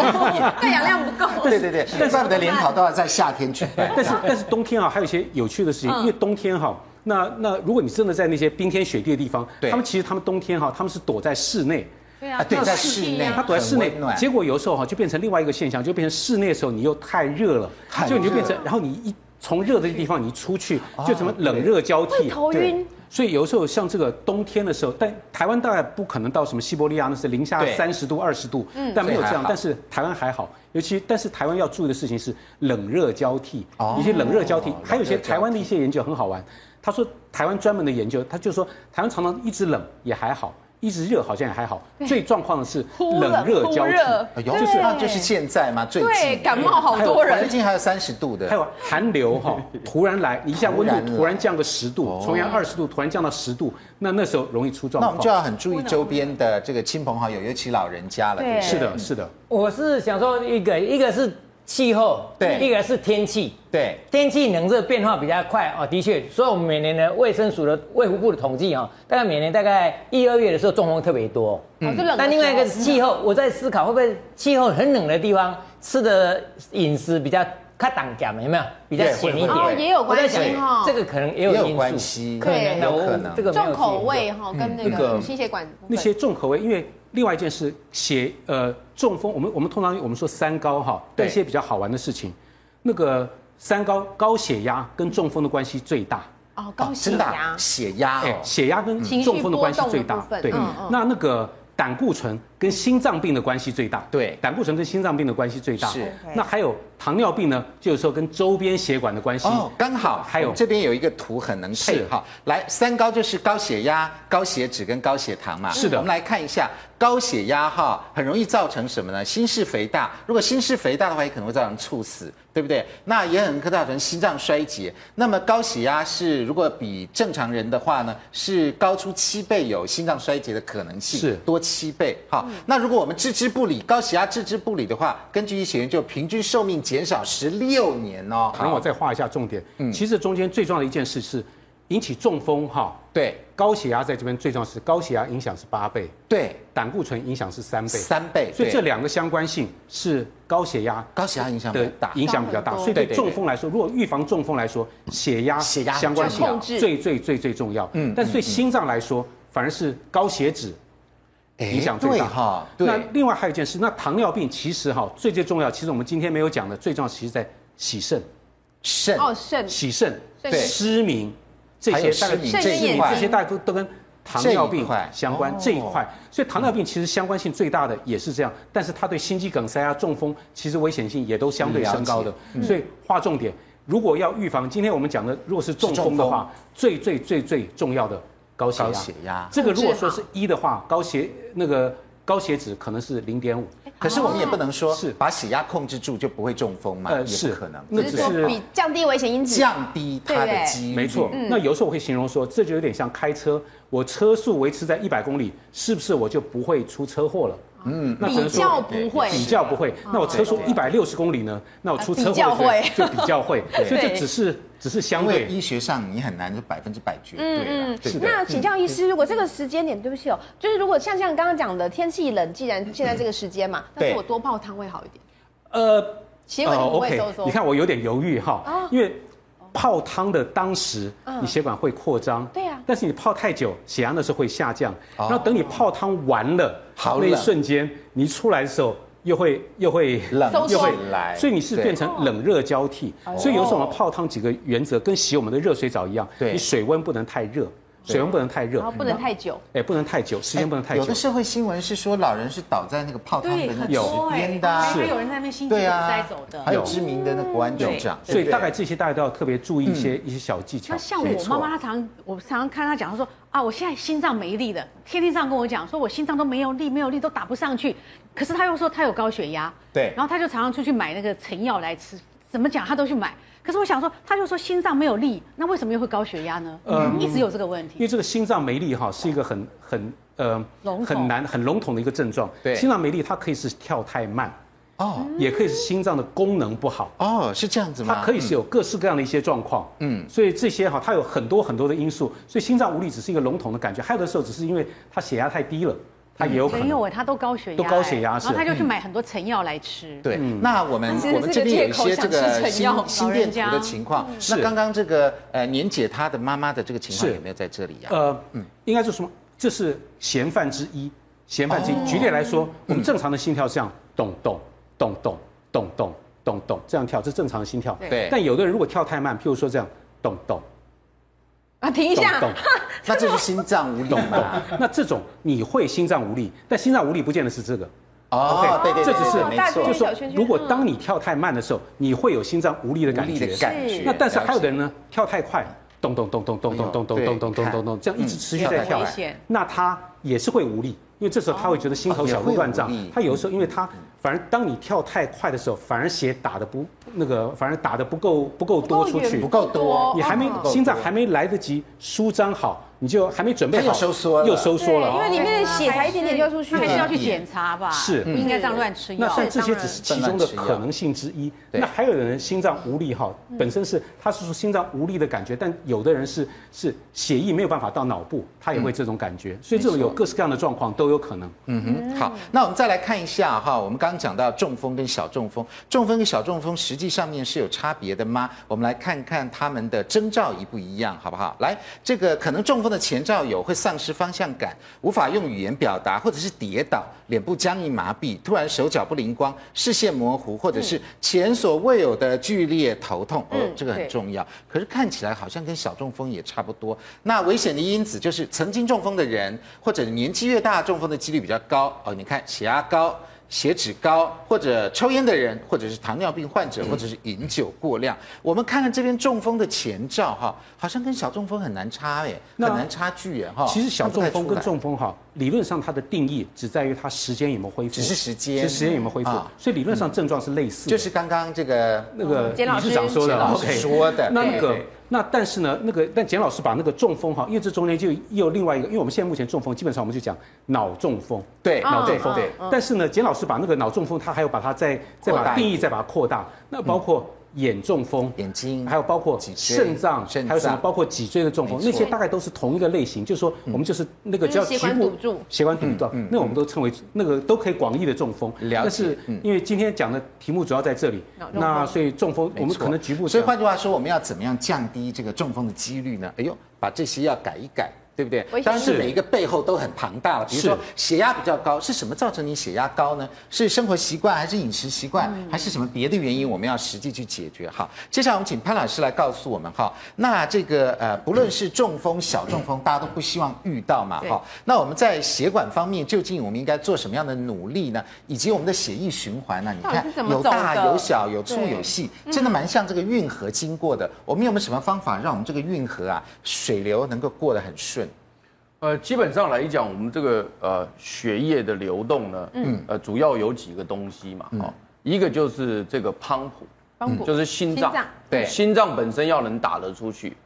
Speaker 2: 带氧量不够。
Speaker 1: 对对对，但是我们的联考都要在夏天
Speaker 6: (laughs)
Speaker 1: 举办。
Speaker 6: 但是但是冬天啊，还有一些有趣的事
Speaker 1: 嗯
Speaker 6: 情，因为冬天哈、那那如果你真的在那些冰天雪地的地方，
Speaker 1: 对
Speaker 6: 他们其实他们冬天哈、他们是躲在室内，
Speaker 5: 对
Speaker 1: 啊
Speaker 5: 啊，
Speaker 1: 对在室内
Speaker 5: 啊
Speaker 6: 它躲在室内
Speaker 1: 很温暖，
Speaker 6: 结果有时候哈就变成另外一个现象，就变成室内的时候你又太热了
Speaker 1: 太，
Speaker 6: 就你就
Speaker 1: 热哦
Speaker 6: 变成，然后你一从热的地方你一出去，就什么冷热交替，
Speaker 5: 头晕。
Speaker 6: 所以有时候像这个冬天的时候，但台湾大概不可能到什么西伯利亚那是零下
Speaker 1: 对
Speaker 6: 三十度、二十度，但没有这
Speaker 1: 所以还
Speaker 6: 样
Speaker 1: 好。
Speaker 6: 但是台湾还好，尤其但是台湾要注意的事情是冷热交替
Speaker 1: 哦，
Speaker 6: 一些冷热交替
Speaker 1: 冷热，
Speaker 6: 还有一些
Speaker 1: 交替
Speaker 6: 台湾的一些研究很好玩。他说台湾专门的研究，他就说台湾常常一直冷也还好，一直热好像也还好，最状况的是冷热交替，
Speaker 1: 哎呦，就是那就是现在嘛，最
Speaker 2: 对，
Speaker 1: 近
Speaker 2: 感冒好多
Speaker 1: 最
Speaker 2: 人。
Speaker 1: 近还有三十度的，
Speaker 6: 还有寒流哈、突然来，你一下温
Speaker 1: 突然来
Speaker 6: 度突然降个十度，从原来二十度突然降到十度，那那时候容易出状
Speaker 1: 那我
Speaker 6: 况。
Speaker 1: 们就要很注意周边的这个亲朋好友，尤其老人家了。
Speaker 5: 对
Speaker 1: 对不对
Speaker 6: 是的，是的。
Speaker 3: 我是想说一个，一个是气候，
Speaker 1: 对
Speaker 3: 一个是天气。
Speaker 1: 对，
Speaker 3: 天气冷热变化比较快哦，的确，所以我们每年的卫生署的卫福部的统计哈、哦，大概每年大概一二月的时候中风特别多。
Speaker 1: 嗯
Speaker 5: 哦就冷的时候
Speaker 3: 但另外一个是气候，我在思考会不会气候很冷的地方吃的饮食比较较挡减，有没有比较
Speaker 1: 对
Speaker 3: 咸一
Speaker 1: 会会
Speaker 2: 哦，
Speaker 3: 点？
Speaker 2: 也有
Speaker 3: 我
Speaker 2: 关
Speaker 3: 在
Speaker 2: 系
Speaker 3: 想
Speaker 2: 哈，
Speaker 3: 这个可能也有
Speaker 1: 也
Speaker 3: 因素
Speaker 1: 有关，系，
Speaker 3: 可能
Speaker 2: 对
Speaker 3: 的，
Speaker 1: 有
Speaker 3: 我
Speaker 1: 可能
Speaker 3: 这个没
Speaker 2: (laughs)
Speaker 3: 有
Speaker 2: 重口
Speaker 3: 去
Speaker 2: 味哈，跟
Speaker 1: 嗯
Speaker 2: 那
Speaker 6: 那
Speaker 2: 个
Speaker 6: 个
Speaker 2: 心血管部分
Speaker 6: 那些重口味，因为另外一件事，血呃中风，我们我们通常我们说三高哈，
Speaker 1: 对
Speaker 6: 但一些比较好玩的事情，那个三高高血压跟中风的关系最大。
Speaker 2: 哦，高血
Speaker 1: 真的啊
Speaker 2: 压，
Speaker 1: 血压
Speaker 6: 哎
Speaker 1: 哦，，
Speaker 6: 血压跟
Speaker 2: 情绪
Speaker 6: 中风的关系
Speaker 2: 波动的
Speaker 6: 最大
Speaker 2: 部分。
Speaker 6: 对
Speaker 2: 嗯嗯，
Speaker 6: 那那个胆固醇跟心脏病的关系最大。
Speaker 1: 对
Speaker 6: 胆固醇跟心脏病的关系最大。
Speaker 1: 是 OK
Speaker 6: 那还有糖尿病呢，就有时候跟周边血管的关系。
Speaker 1: 哦，刚好
Speaker 6: 还有
Speaker 1: 我们这边有一个图很能配
Speaker 6: 是
Speaker 1: 哈。来，三高就是高血压、高血脂跟高血糖嘛。
Speaker 6: 是的
Speaker 1: 我们来看一下高血压哈，很容易造成什么呢？心室肥大。如果心室肥大的话，也可能会造成猝死，对不对？那也很可能造成心脏衰竭。那么高血压是如果比正常人的话呢，是高出七倍有心脏衰竭的可能性，
Speaker 6: 是
Speaker 1: 多七倍哈。那如果我们置之不理，高血压置之不理的话，根据医学研究，平均寿命减少十六年哦。
Speaker 6: 然后我再画一下重点。其实中间最重要的一件事是引起中风哈。
Speaker 1: 对
Speaker 6: 高血压在这边最重要是高血压影响是八倍，
Speaker 1: 对。
Speaker 6: 胆固醇影响是三倍，
Speaker 1: 三倍，
Speaker 6: 所以
Speaker 1: 对
Speaker 6: 这两个相关性是高血压
Speaker 1: 高血压影响比较
Speaker 6: 的
Speaker 1: 大。
Speaker 6: 影响比较大。所以
Speaker 1: 对
Speaker 6: 对
Speaker 1: 对对
Speaker 6: 中风来说，如果预防中风来说，血压
Speaker 1: 血压
Speaker 6: 相关性啊
Speaker 2: 控制
Speaker 6: 最最最最重要。嗯，但是对心脏来说，反而是高血脂
Speaker 1: 哎
Speaker 6: 影响最
Speaker 1: 对
Speaker 6: 大
Speaker 1: 哈，
Speaker 6: 那
Speaker 1: 对，
Speaker 6: 另外还有一件事，那糖尿病其实哈最最重要，其实我们今天没有讲的，最重要其实在洗肾、
Speaker 1: 肾
Speaker 2: 哦，肾
Speaker 6: 洗肾、
Speaker 1: 对
Speaker 6: 失明这
Speaker 1: 还有
Speaker 6: 些大概
Speaker 1: 失明
Speaker 2: 肾
Speaker 1: 这
Speaker 2: 跟
Speaker 1: 一
Speaker 2: 眼
Speaker 1: 块
Speaker 6: 这，些大家都都跟糖尿
Speaker 1: 这一
Speaker 6: 病
Speaker 1: 块
Speaker 6: 相关
Speaker 1: 哦
Speaker 6: 这一块，所以糖尿病其实相关性最大的也是这样，但是它对心肌梗塞啊、中风其实危险性也都相对升
Speaker 1: 哦
Speaker 6: 高的，
Speaker 1: 嗯
Speaker 6: 所以划重点。如果要预防，今天我们讲的，如果是中风的话，最最最最重要的高血
Speaker 1: 高
Speaker 6: 压。
Speaker 1: 血压。
Speaker 6: 这个如果说是一的话，高血那个高血脂可能是零点五，
Speaker 1: 可是我们也不能说
Speaker 6: 哦是
Speaker 1: 把血压控制住就不会中风嘛，
Speaker 6: 呃
Speaker 1: 也不
Speaker 6: 是
Speaker 1: 可能。
Speaker 6: 那
Speaker 2: 只是
Speaker 6: 只
Speaker 2: 说
Speaker 6: 是
Speaker 2: 比降低危险因子。
Speaker 1: 降低它的几率，
Speaker 6: 没错，
Speaker 5: 嗯
Speaker 6: 那有时候我会形容说，这就有点像开车，我车速维持在一百公里，是不是我就不会出车祸了？嗯，那只能
Speaker 2: 比
Speaker 6: 说
Speaker 2: 较不会，
Speaker 6: 比较不会。那我车速一百六十公里呢？那我出车祸的时候就比呃较 (laughs) 会，所以这只是只是相
Speaker 1: 因为
Speaker 6: 对。
Speaker 1: 医学上你很难就百分之百
Speaker 5: 嗯
Speaker 1: 绝对啦，对不对？
Speaker 2: 那请教医师，如果这个时间点，对不起哦，就是如果像像刚刚讲的天气冷，既然现在这个时间嘛，但
Speaker 1: 对哦
Speaker 2: 是我多泡汤会好一点，
Speaker 6: 呃，
Speaker 2: 血管就不会收缩
Speaker 6: 你。看我有点犹豫哈，因为泡汤的当时，你血管会扩张，
Speaker 2: 对啊
Speaker 6: 但是你泡太久，血压那时候会下降，然后等你泡汤完了，
Speaker 1: 哦好
Speaker 6: 那一
Speaker 1: 冷
Speaker 6: 瞬间，你一出来的时候又会又会
Speaker 1: 冷
Speaker 6: 又
Speaker 1: 就
Speaker 6: 会
Speaker 1: 会来，
Speaker 6: 所以你是变成冷热交替。所以有时候我们泡汤几个原则跟洗我们的热水澡一样，
Speaker 1: 对
Speaker 6: 你水温不能太热，水温不能太热，
Speaker 5: 然后哦不能太久。
Speaker 6: 哎，不能太久，时间不能太
Speaker 1: 有
Speaker 6: 久
Speaker 1: 的。社会新闻是说老人是倒在那个泡汤
Speaker 5: 对，
Speaker 1: 的那
Speaker 5: 很
Speaker 1: 个
Speaker 5: 多
Speaker 1: 池
Speaker 5: 哎、
Speaker 1: 边的啊，
Speaker 5: 还还有人在那边心肌
Speaker 1: 对
Speaker 5: 梗
Speaker 1: 啊，
Speaker 5: 塞走的。
Speaker 1: 还有知名的那国安局长，
Speaker 6: 所以大概这些大家都要特别注意一些一些小技巧。
Speaker 5: 那像
Speaker 1: 没
Speaker 5: 我
Speaker 1: 错
Speaker 5: 妈妈，她常我常常看她讲，她说啊，我现在心脏没力了，天天这样跟我讲，说我心脏都没有力，没有力都打不上去。可是她又说她有高血压，
Speaker 1: 对
Speaker 5: 然后她就常常出去买那个成药来吃，怎么讲她都去买。可是我想说，她就说心脏没有力，那为什么又会高血压呢？嗯，一直有这个问
Speaker 6: 因为
Speaker 5: 题。
Speaker 6: 这个心脏没力哈，是一个很很呃
Speaker 5: 笼统
Speaker 6: 很难很笼统的一个症状。
Speaker 1: 对
Speaker 6: 心脏没力它可以是跳太慢，
Speaker 1: 哦
Speaker 6: 也可以是心脏的功能不好。
Speaker 1: 哦，是这样子吗？嗯
Speaker 6: 它可以是有各式各样的一些状况，嗯，所以这些哈，它有很多很多的因素，所以心脏无力只是一个笼统的感觉，还有的时候只是因为他血压太低了，他也有可
Speaker 5: 没有
Speaker 6: 能。
Speaker 5: 哎，她都高血压哎，
Speaker 6: 都高血压是
Speaker 5: 然后她就去买很多成药来吃。
Speaker 1: 对，
Speaker 6: 嗯
Speaker 1: 那我们
Speaker 7: 啊其实
Speaker 1: 我们
Speaker 7: 是个
Speaker 1: 这边有
Speaker 7: 借口
Speaker 1: 一些
Speaker 7: 想吃
Speaker 1: 这个
Speaker 7: 成
Speaker 1: 心
Speaker 7: 药老
Speaker 1: 心
Speaker 5: 人
Speaker 1: 电图
Speaker 5: 家
Speaker 1: 的情况。
Speaker 7: 嗯
Speaker 1: 那
Speaker 6: 是
Speaker 1: 刚刚这个呃年姐她的妈妈的这个情况
Speaker 6: 是
Speaker 1: 有没有在这里呀？
Speaker 6: 呃，应该就是什么？这是嫌犯之一，嫌犯之一。举例来说，我们正常的心跳是这样，咚咚咚咚咚咚咚咚这样跳，这正常的心跳。
Speaker 1: 对
Speaker 6: 但有的人如果跳太慢，譬如说这样，咚咚
Speaker 2: 啊，停一
Speaker 6: 咚
Speaker 2: 下，
Speaker 6: 咚
Speaker 1: 那这是心脏无力 (laughs)
Speaker 6: 咚咚
Speaker 1: 嘛？，
Speaker 6: 那这种你会心脏无力，但心脏无力不见得是这个。
Speaker 1: 哦，对对，
Speaker 6: 这
Speaker 1: 对
Speaker 6: 只是
Speaker 1: 没
Speaker 7: 大
Speaker 1: 错
Speaker 7: 圈圈
Speaker 6: 就是
Speaker 7: 小
Speaker 6: 说
Speaker 7: 圈，圈
Speaker 6: 如果当你跳太慢的时候，你会有心脏无力的
Speaker 1: 无
Speaker 6: 感
Speaker 1: 力
Speaker 6: 觉
Speaker 1: 的。感觉。
Speaker 6: 那但是还有的人
Speaker 1: 了
Speaker 6: 呢，跳太快，哎咚咚咚咚咚咚咚咚咚咚咚咚咚，这样嗯一直持续在跳，那他也是会无力，因为这时候他会觉得心头小鹿乱
Speaker 1: 哦
Speaker 6: 撞
Speaker 1: 也会无力。
Speaker 6: 他有的时候，因为他嗯反而当你跳太快的时候，反而血打的不那个，反而打的不够不够多出
Speaker 1: 解，
Speaker 6: 去
Speaker 1: 不，够哦多，
Speaker 6: 你还
Speaker 7: 嗯
Speaker 6: 没
Speaker 1: 不够
Speaker 6: 心脏
Speaker 1: 多
Speaker 6: 还没来得及舒张好，你就还没准备
Speaker 1: 它又
Speaker 6: 好，
Speaker 1: 收缩了
Speaker 6: 又收缩了
Speaker 7: 因为
Speaker 6: 哦。
Speaker 7: 里面的血才一点点掉出去
Speaker 5: 她还是要去
Speaker 1: 嗯
Speaker 5: 检查吧，
Speaker 6: 是
Speaker 5: 不应该这样乱吃药。
Speaker 6: 那像这些只是其中的可能性之一。
Speaker 1: 对
Speaker 6: 那还有人心脏无力哈，本身是他是说心脏无力的感觉，但有的人是是血液没有办法到脑部，他也会这种感觉。所以这种有各式各样的状况都有可能。
Speaker 1: 嗯嗯哼，好，那我们再来看一下哈，我们刚刚讲到中风跟小中风，中风跟小中风实际上面是有差别的吗？我们来看看他们的征兆一不一样，好不好？来，这个可能中风的前兆有会丧失方向感，无法用语言表达，或者是跌倒，脸部僵硬麻痹，突然手脚不灵光，视线模糊，或者是前所未有的呃剧烈头痛，哦，这个很
Speaker 7: 对
Speaker 1: 重要。可是看起来好像跟小中风也差不多。那危险的因子就是曾经中风的人，或者年纪越大，中风的几率比较高哦。你看血压高。血脂高，或者抽烟的人，或者是糖尿病患者，或者是饮酒过量，我们看看这边中风的前兆哈，好像跟小中风很难差哎，
Speaker 6: 那
Speaker 1: 很难差距哎哈。
Speaker 6: 其实小中
Speaker 1: 看
Speaker 6: 风
Speaker 1: 不太出
Speaker 6: 跟
Speaker 1: 来
Speaker 6: 中风哈，理论上它的定义只在于它时间有没有恢复，
Speaker 1: 只是时间
Speaker 6: 只是时间有没有恢复
Speaker 1: 啊，
Speaker 6: 所以理论上症状是类似的。
Speaker 1: 就是刚刚这个
Speaker 6: 那个
Speaker 7: 简老
Speaker 6: 理
Speaker 7: 师
Speaker 6: 事长说的
Speaker 1: 简老师
Speaker 6: OK
Speaker 1: 说的
Speaker 6: 啊那
Speaker 1: 对
Speaker 6: 那个
Speaker 1: 对
Speaker 6: 那但是呢，那个但简老师把那个中风哈，因为这中间就又有另外一个，因为我们现在目前中风基本上我们就讲脑中风，
Speaker 1: 对
Speaker 6: 脑中
Speaker 1: 对
Speaker 6: 风
Speaker 1: 对，
Speaker 6: 但是呢，简老师把那个脑中风，他还有把它再再
Speaker 1: 嗯扩
Speaker 6: 把
Speaker 1: 大一
Speaker 6: 定义
Speaker 1: 点嗯
Speaker 6: 再把它扩大，那包括眼中风。
Speaker 1: 眼睛
Speaker 6: 还有包括
Speaker 1: 脊椎
Speaker 6: 肾脏
Speaker 1: 肾，
Speaker 6: 还有什么
Speaker 1: 脏
Speaker 6: 包括脊椎的中风，
Speaker 1: 没错嗯
Speaker 6: 那些大概都是同一个类型，就是说我们就是那个
Speaker 7: 就是
Speaker 6: 叫
Speaker 7: 血
Speaker 6: 局
Speaker 7: 管
Speaker 6: 部
Speaker 7: 堵住
Speaker 6: 血管堵住，那我们都称为那个都可以广义的中风。
Speaker 1: 了解
Speaker 6: 但是
Speaker 1: 嗯
Speaker 6: 因为今天讲的题目主要在这里，那所以中风我
Speaker 1: 没
Speaker 6: 们
Speaker 1: 错
Speaker 6: 可能局部
Speaker 1: 所以
Speaker 6: 讲
Speaker 1: 换句话说，我们要怎么样降低这个中风的几率呢？哎呦，把这些要改一改，对不对？当然是
Speaker 6: 是
Speaker 1: 每一个背后都很庞大了。比如
Speaker 6: 是
Speaker 1: 说血压比较高，是什么造成你血压高呢？是生活习惯，还是饮食习惯，还是什么别的原因？我们要实际去解决。好，接下来我们请潘老师来告诉我们哈。那这个呃，不论是中风、小中风，大家都不希望遇到嘛哈。那我们在血管方面，究竟我们应该做什么样的努力呢？以及我们的血液循环呢？你
Speaker 7: 到
Speaker 1: 看
Speaker 7: 底是怎么
Speaker 1: 有大
Speaker 7: 走的嗯
Speaker 1: 有小。小，有粗有细，真的蛮像这个运河经过的。我们有没有什么方法让我们这个运河啊水流能够过得很顺？
Speaker 8: 呃，基本上来讲，我们这个呃血液的流动呢，嗯，呃，主要有几个东西
Speaker 1: 嗯
Speaker 8: 嘛，哦，一个就是这个泵
Speaker 7: 帮补
Speaker 8: 就是心脏，
Speaker 7: 心脏
Speaker 1: 对
Speaker 8: 心脏本身要能打得出去。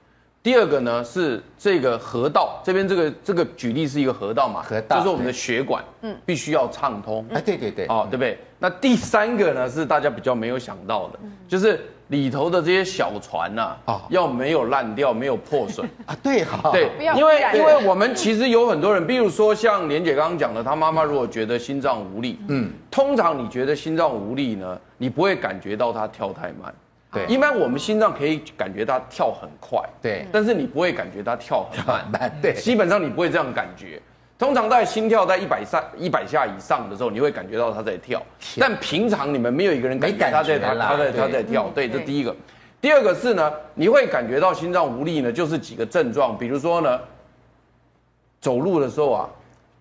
Speaker 8: 第二个呢是这个河道，这边这个这个举例是一个河道嘛，
Speaker 1: 河道
Speaker 8: 就是我们的血管，嗯，必须要畅通，
Speaker 7: 嗯
Speaker 1: 哎，对对对，
Speaker 8: 哦，对不对？那第三个呢，是大家比较没有想到的，就是里头的这些小船呐、
Speaker 1: 哦
Speaker 8: 要没有烂掉，没有破损，
Speaker 1: 啊，对哈，
Speaker 8: (laughs) 对
Speaker 7: 不要，
Speaker 8: 因为
Speaker 7: 不然
Speaker 8: 因为我们其实有很多人，比如说像莲姐刚刚讲的，她妈妈如果觉得心脏无力，嗯，通常你觉得心脏无力呢，你不会感觉到它跳太慢，
Speaker 1: 对
Speaker 8: 一般我们心脏可以感觉它跳很快，
Speaker 1: 对
Speaker 8: 但是你不会感觉它跳很慢，
Speaker 1: 慢对
Speaker 8: 基本上你不会这样感觉。通常在心跳在一百三、一百下以上的时候，你会感觉到它在跳，但平常你们没有一个人感
Speaker 1: 没
Speaker 8: 觉
Speaker 1: 感
Speaker 8: 它在
Speaker 1: 觉
Speaker 8: 它
Speaker 1: 啦
Speaker 8: 它在它
Speaker 1: 对嗯
Speaker 8: 在跳，对，这
Speaker 7: 对
Speaker 8: 第一个。第二个是呢，你会感觉到心脏无力呢，就是几个症状，比如说呢，走路的时候啊，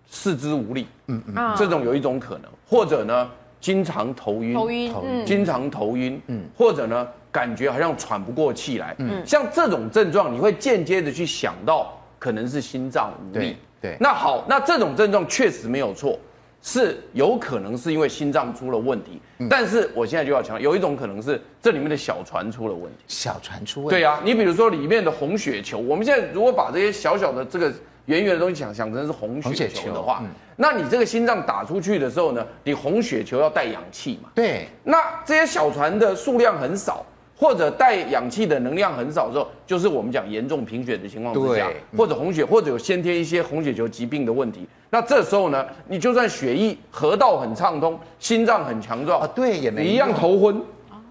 Speaker 8: 四肢无力，嗯嗯，这种有一种可能，或者呢，经常头晕，
Speaker 7: 头晕，嗯，
Speaker 8: 经常头晕，嗯，或者呢，感觉好像喘不过气来，嗯，像这种症状，你会间接的去想到可能是心脏无力，
Speaker 1: 对对
Speaker 8: 那好，那这种症状确实没有错，是有可能是因为心脏出了问题，
Speaker 1: 嗯
Speaker 8: 但是我现在就要强调，有一种可能是这里面的小船出了问题。
Speaker 1: 小船出问题。
Speaker 8: 对啊呀、你比如说里面的红血球，我们现在如果把这些小小的这个圆圆的东西想想成是红
Speaker 1: 红
Speaker 8: 血
Speaker 1: 血
Speaker 8: 球
Speaker 1: 球嗯
Speaker 8: 的话，那你这个心脏打出去的时候呢，你红血球要带氧气嘛，
Speaker 1: 对，
Speaker 8: 那这些小船的数量很少，或者带氧气的能量很少之后，就是我们讲严重贫血的情况之下
Speaker 1: 对，嗯
Speaker 8: 或者红血，或者有先天一些红血球疾病的问题。那这时候呢，你就算血液河道很畅通，心脏很强壮
Speaker 1: 哦，对也没
Speaker 8: 你一样
Speaker 1: 用
Speaker 8: 头昏，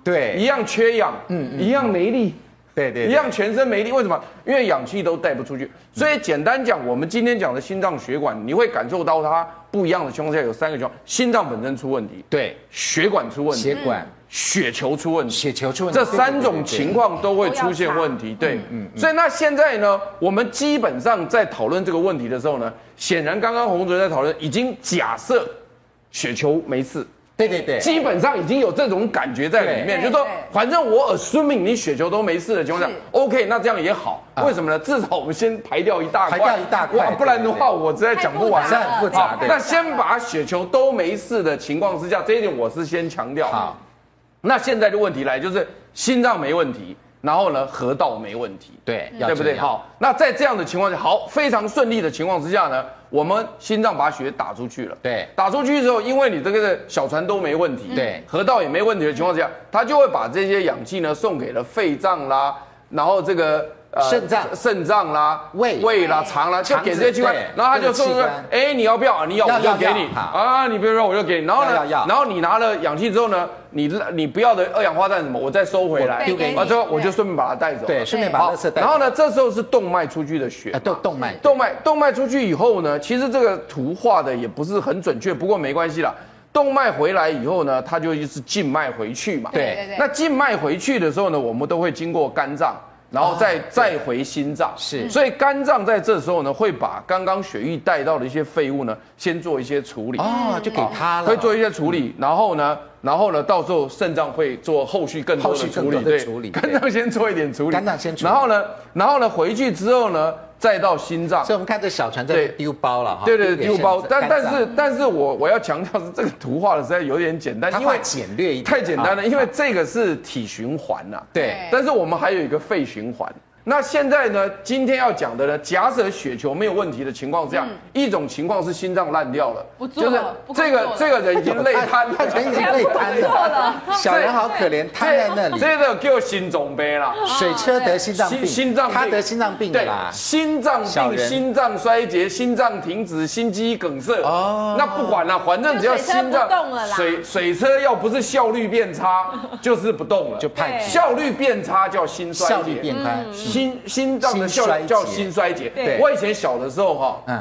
Speaker 1: 对，
Speaker 8: 一样缺氧，嗯，一样没力。
Speaker 1: 对对嗯
Speaker 8: 一样全身没力，为什么？因为氧气都带不出去。所以简单讲，我们今天讲的心脏血管，你会感受到它不一样的情况下有三个情况：心脏本身出问题，
Speaker 1: 对，
Speaker 8: 血管出问题，
Speaker 1: 血管
Speaker 8: 血球出问题，
Speaker 1: 血球出问题哦
Speaker 8: 这三种情况都会出现问题。对，
Speaker 1: 嗯
Speaker 8: 所以那现在呢，我们基本上在讨论这个问题的时候呢，显然刚刚洪主任在讨论已经假设血球没事，
Speaker 1: 对对对，
Speaker 8: 基本上已经有这种感觉在里面，
Speaker 7: 对
Speaker 8: 就是说
Speaker 7: 对，
Speaker 8: 反正我 assuming 你血球都没事的情况下
Speaker 7: 是
Speaker 8: ，OK，那这样也好。为什么呢？至少我们先排掉一大块，
Speaker 1: 啊排掉一大块
Speaker 8: 哇不然的话
Speaker 1: 对对
Speaker 8: 我实在讲不完
Speaker 7: 太。
Speaker 1: 这很复杂
Speaker 8: 好，
Speaker 1: 对
Speaker 8: 那先把雪球都没事的情况之下，这一点我是先强调。
Speaker 1: 好，
Speaker 8: 那现在的问题来就是心脏没问题，然后呢河道没问题，
Speaker 1: 对要
Speaker 8: 嗯对不
Speaker 1: 这
Speaker 8: 对？
Speaker 1: 样
Speaker 8: 好，那在这样的情况下，好，非常顺利的情况之下呢，我们心脏把血打出去了，
Speaker 1: 对
Speaker 8: 打出去之后，因为你这个小船都没问题，
Speaker 1: 对
Speaker 8: 河道也没问题的情况下，它就会把这些氧气呢送给了肺脏啦，然后这个。呃
Speaker 1: 肾脏
Speaker 8: 肾脏啦、
Speaker 1: 胃哎
Speaker 8: 胃啦、肠啦，就
Speaker 1: 肠子
Speaker 8: 给这些器官
Speaker 1: 对，
Speaker 8: 然后他就说
Speaker 1: 这个器官：“
Speaker 8: 哎，你要不要？啊你要
Speaker 1: 要
Speaker 8: 我就
Speaker 1: 要
Speaker 8: 给
Speaker 1: 要
Speaker 8: 你
Speaker 1: 好
Speaker 8: 啊，你不要我就给你。”然后呢
Speaker 1: 要要要，
Speaker 8: 然后你拿了氧气之后呢，你你不要的二氧化碳什么，我再收回来，
Speaker 7: 我丢给你
Speaker 8: 啊，最后我就
Speaker 7: 对
Speaker 8: 顺便把它带走了。
Speaker 1: 对，顺便把垃圾带。
Speaker 8: 然后呢，这时候是动脉出去的血
Speaker 1: 啊，，动动脉，
Speaker 8: 动脉动脉出去以后呢，其实这个图画的也不是很准确，不过没关系啦。动脉回来以后呢，它就是静脉回去嘛。
Speaker 1: 对
Speaker 7: 对对
Speaker 8: 那静脉回去的时候呢，我们都会经过肝脏，然后再、再回心脏。
Speaker 1: 啊是
Speaker 8: 所以肝脏在这时候呢，会把刚刚血液带到的一些废物呢，先做一些处理。
Speaker 1: 哦，就给
Speaker 7: 嗯
Speaker 1: 他了，嗯
Speaker 8: 会做一些处理，然后呢，然后呢，到时候肾脏会做后续更多
Speaker 1: 后续
Speaker 8: 的
Speaker 1: 更
Speaker 8: 处
Speaker 1: 多
Speaker 8: 理，
Speaker 1: 的
Speaker 8: 对，
Speaker 1: 处理对
Speaker 8: 肝脏先做一点处理，
Speaker 1: 肝脏先处理
Speaker 8: 然后呢，然后呢，回去之后呢，再到心脏
Speaker 1: 所以，我们看这小船在这
Speaker 8: 对
Speaker 1: 丢包了哈，
Speaker 8: 对对，
Speaker 1: 啊给
Speaker 8: 丢包
Speaker 1: 肾。
Speaker 8: 但
Speaker 1: 肝
Speaker 8: 但
Speaker 1: 脏
Speaker 8: 是但是我我要强调是这个图画的实在有点简单，
Speaker 1: 它
Speaker 8: 因为
Speaker 1: 画简略一点，
Speaker 8: 太简单了，
Speaker 1: 啊
Speaker 8: 因为这个是体循环呐、
Speaker 1: 对
Speaker 8: 但是我们还有一个肺循环。那现在呢？今天要讲的呢，假设血球没有问题的情况下，一种情况是心脏烂掉了，
Speaker 7: 嗯不做了不工
Speaker 8: 这个
Speaker 7: 作了
Speaker 8: 这个人已经累瘫
Speaker 1: (laughs)
Speaker 8: 了，
Speaker 1: 他人已经累瘫了，小人好可怜，瘫在那里，
Speaker 8: 这个叫心脏病啦，
Speaker 1: 水车得心脏病，
Speaker 8: 心心脏病
Speaker 1: 他得心脏病的
Speaker 8: 对
Speaker 1: 啦，
Speaker 8: 心脏
Speaker 1: 小
Speaker 8: 病、
Speaker 1: 人
Speaker 8: 心脏衰竭、心脏停止、心肌梗塞。
Speaker 1: 哦
Speaker 8: 哦，那不管了，反正只要心
Speaker 7: 就水车
Speaker 8: 脏
Speaker 7: 不动了啦
Speaker 8: 水水车要不是效率变差，
Speaker 7: (laughs)
Speaker 8: 就是不动了，
Speaker 1: 就派
Speaker 7: 对
Speaker 8: 效率变差叫心衰竭，
Speaker 1: 效率变宽，嗯
Speaker 8: 心心脏的效
Speaker 1: 心衰
Speaker 8: 率
Speaker 1: 竭
Speaker 8: 叫心衰竭。
Speaker 1: 对
Speaker 8: 我以前小的时候哈，
Speaker 1: 嗯，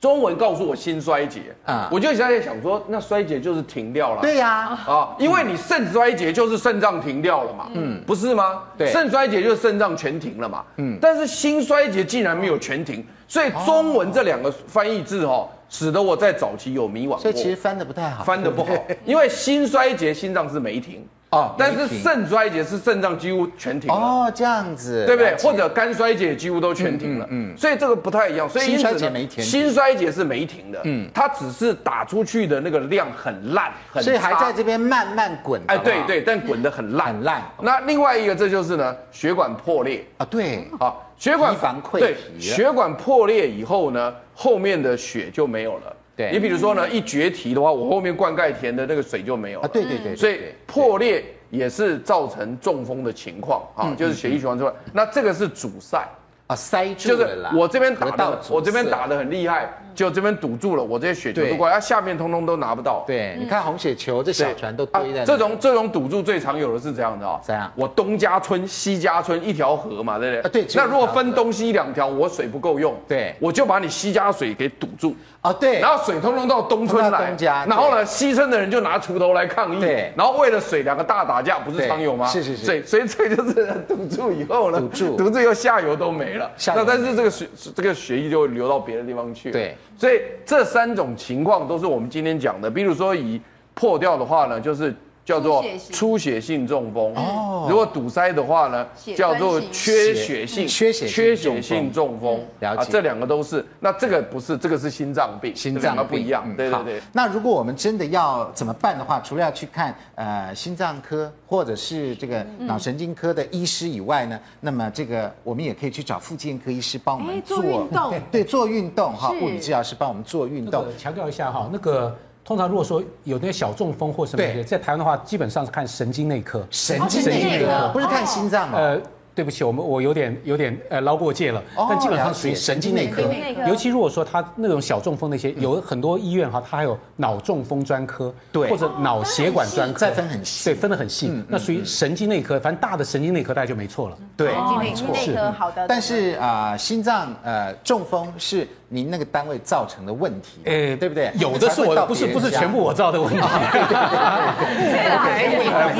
Speaker 8: 中文告诉我心衰竭
Speaker 1: 嗯
Speaker 8: 啊，我就现在想说，那衰竭就是停掉了。
Speaker 1: 对呀，
Speaker 8: 啊，因为你肾衰竭就是肾脏停掉了嘛，嗯，不是吗？
Speaker 1: 对
Speaker 8: 肾衰竭就是肾脏全停了嘛，嗯，但是心衰竭竟然没有全停，所以中文这两个翻译字哦，使得我在早期有迷惘过，
Speaker 1: 所以其实翻的不太好，
Speaker 8: 翻的不好，因为心衰竭心脏是没停
Speaker 1: 哦
Speaker 8: 啊，但
Speaker 1: 没
Speaker 8: 是
Speaker 1: 停
Speaker 8: 肾衰竭是肾脏几乎全停了。
Speaker 1: 哦，这样子，
Speaker 8: 对不对
Speaker 1: 了？解
Speaker 8: 或者肝衰竭几乎都全停了，嗯，所以这个不太一样。所以因此
Speaker 1: 心
Speaker 8: 呢
Speaker 1: 衰竭没停
Speaker 8: 心衰竭是没停的，嗯，它只是打出去的那个量很烂，很
Speaker 1: 所以还
Speaker 8: 差
Speaker 1: 在这边慢慢滚，
Speaker 8: 哎，
Speaker 1: 好不好
Speaker 8: 对对，但滚得很烂
Speaker 1: 很烂
Speaker 8: 那另外一个，这就是呢，血管破裂
Speaker 1: 啊，对，
Speaker 8: 啊，血管
Speaker 1: 提防溃
Speaker 8: 对
Speaker 1: 皮
Speaker 8: 血管破裂以后呢，后面的血就没有了。
Speaker 1: 对
Speaker 8: 你比如说呢，一绝堤的话，我后面灌溉田的那个水就没有
Speaker 1: 啊，
Speaker 8: 了。
Speaker 1: 对对对，对
Speaker 8: 所以
Speaker 1: 对嗯
Speaker 8: 破裂也是造成中风的情况啊，就是血液循环之外，那这个是阻塞。
Speaker 1: 啊塞住
Speaker 8: 就是
Speaker 1: 了啦，
Speaker 8: 我这边打
Speaker 1: 河道
Speaker 8: 的，
Speaker 1: 阻塞
Speaker 8: 我这边打的很厉害，就这边堵住了，我这些血球
Speaker 1: 对
Speaker 8: 都过来，啊下面通通都拿不到。
Speaker 1: 对，你看红血球这小船都堆在那
Speaker 8: 啊这种这种赌注最常有的是这样的啊、
Speaker 1: 怎样
Speaker 8: 我东家村西家村一条河嘛，对不对？
Speaker 1: 啊对只有
Speaker 8: 那如
Speaker 1: 一
Speaker 8: 果
Speaker 1: 条河
Speaker 8: 分东西两条，我水不够用，
Speaker 1: 对
Speaker 8: 我就把你西家水给堵住。
Speaker 1: 啊，对，
Speaker 8: 然后水通通到东村
Speaker 1: 通到
Speaker 8: 来，
Speaker 1: 东家
Speaker 8: 然后呢，西村的人就拿锄头来抗议，
Speaker 1: 对
Speaker 8: 然后为了水两个大打架，不
Speaker 1: 对
Speaker 8: 是常有吗？
Speaker 1: 是是是
Speaker 8: 所以所以这就是堵住以后呢，
Speaker 1: 堵住
Speaker 8: 堵住以后下游都没了。
Speaker 1: 下
Speaker 8: 那
Speaker 1: 游
Speaker 8: 但是这个血这个血液就会流到别的地方去。
Speaker 1: 对，
Speaker 8: 所以这三种情况都是我们今天讲的。比如说以破掉的话呢，就是叫做
Speaker 7: 出血性
Speaker 8: 出血性中风。
Speaker 1: 哦
Speaker 8: 如果堵塞的话呢
Speaker 7: 血，
Speaker 8: 叫
Speaker 7: 栓
Speaker 8: 做
Speaker 7: 型
Speaker 8: 缺血性
Speaker 1: 缺血性
Speaker 8: 缺
Speaker 1: 中
Speaker 8: 血性
Speaker 1: 风嗯
Speaker 8: 中风。
Speaker 1: 了
Speaker 8: 啊
Speaker 1: 解
Speaker 8: 这两个都是。那这个不是，这个是心脏病，
Speaker 1: 心
Speaker 8: 这两
Speaker 1: 脏
Speaker 8: 个
Speaker 1: 病
Speaker 8: 不一样
Speaker 1: 嗯。
Speaker 8: 对
Speaker 1: 好
Speaker 8: 对对。
Speaker 1: 那如果我们真的要怎么办的话，除了要去看呃心脏科或者是这个脑神经科的医师以外呢，那么这个我们也可以去找复健科医师帮我
Speaker 2: 哎
Speaker 1: 们
Speaker 2: 做运动
Speaker 1: 对，做运动哈，
Speaker 5: 是
Speaker 1: 物理治疗师帮我们做运
Speaker 6: 那
Speaker 1: 动
Speaker 6: 个。强调一下哈，那个通常如果说有那些小中风或什么
Speaker 1: 对
Speaker 6: 的，在台湾的话，基本上是看神经内科。
Speaker 1: 神经
Speaker 6: 经
Speaker 1: 内
Speaker 6: 内科
Speaker 1: 科不是看心脏哦，
Speaker 6: 呃，对不起，我们我有点有点呃捞过界了
Speaker 1: 哦，
Speaker 6: 但基本上属于神经内科
Speaker 7: 了解神经内。科
Speaker 6: 尤其如果说他那种小中风那些，有很多医院哈，他还有脑中风专科，
Speaker 1: 对嗯
Speaker 6: 或者脑血管专
Speaker 7: 哦
Speaker 6: 科，
Speaker 1: 再分很细
Speaker 6: 对，分得很细。那属于神经内科，
Speaker 1: 嗯
Speaker 6: 反正大的神经内科大概就没错了。
Speaker 1: 对，
Speaker 7: 内内科好的，
Speaker 1: 但是啊、心脏呃中风是您那个单位造成的问题，
Speaker 6: 诶
Speaker 1: 呃对不对？
Speaker 6: 哎有的是我
Speaker 1: 才会到
Speaker 6: 不是
Speaker 1: 别人
Speaker 6: 不是
Speaker 1: 家
Speaker 6: 全部我造的
Speaker 1: (laughs)
Speaker 6: 问题，不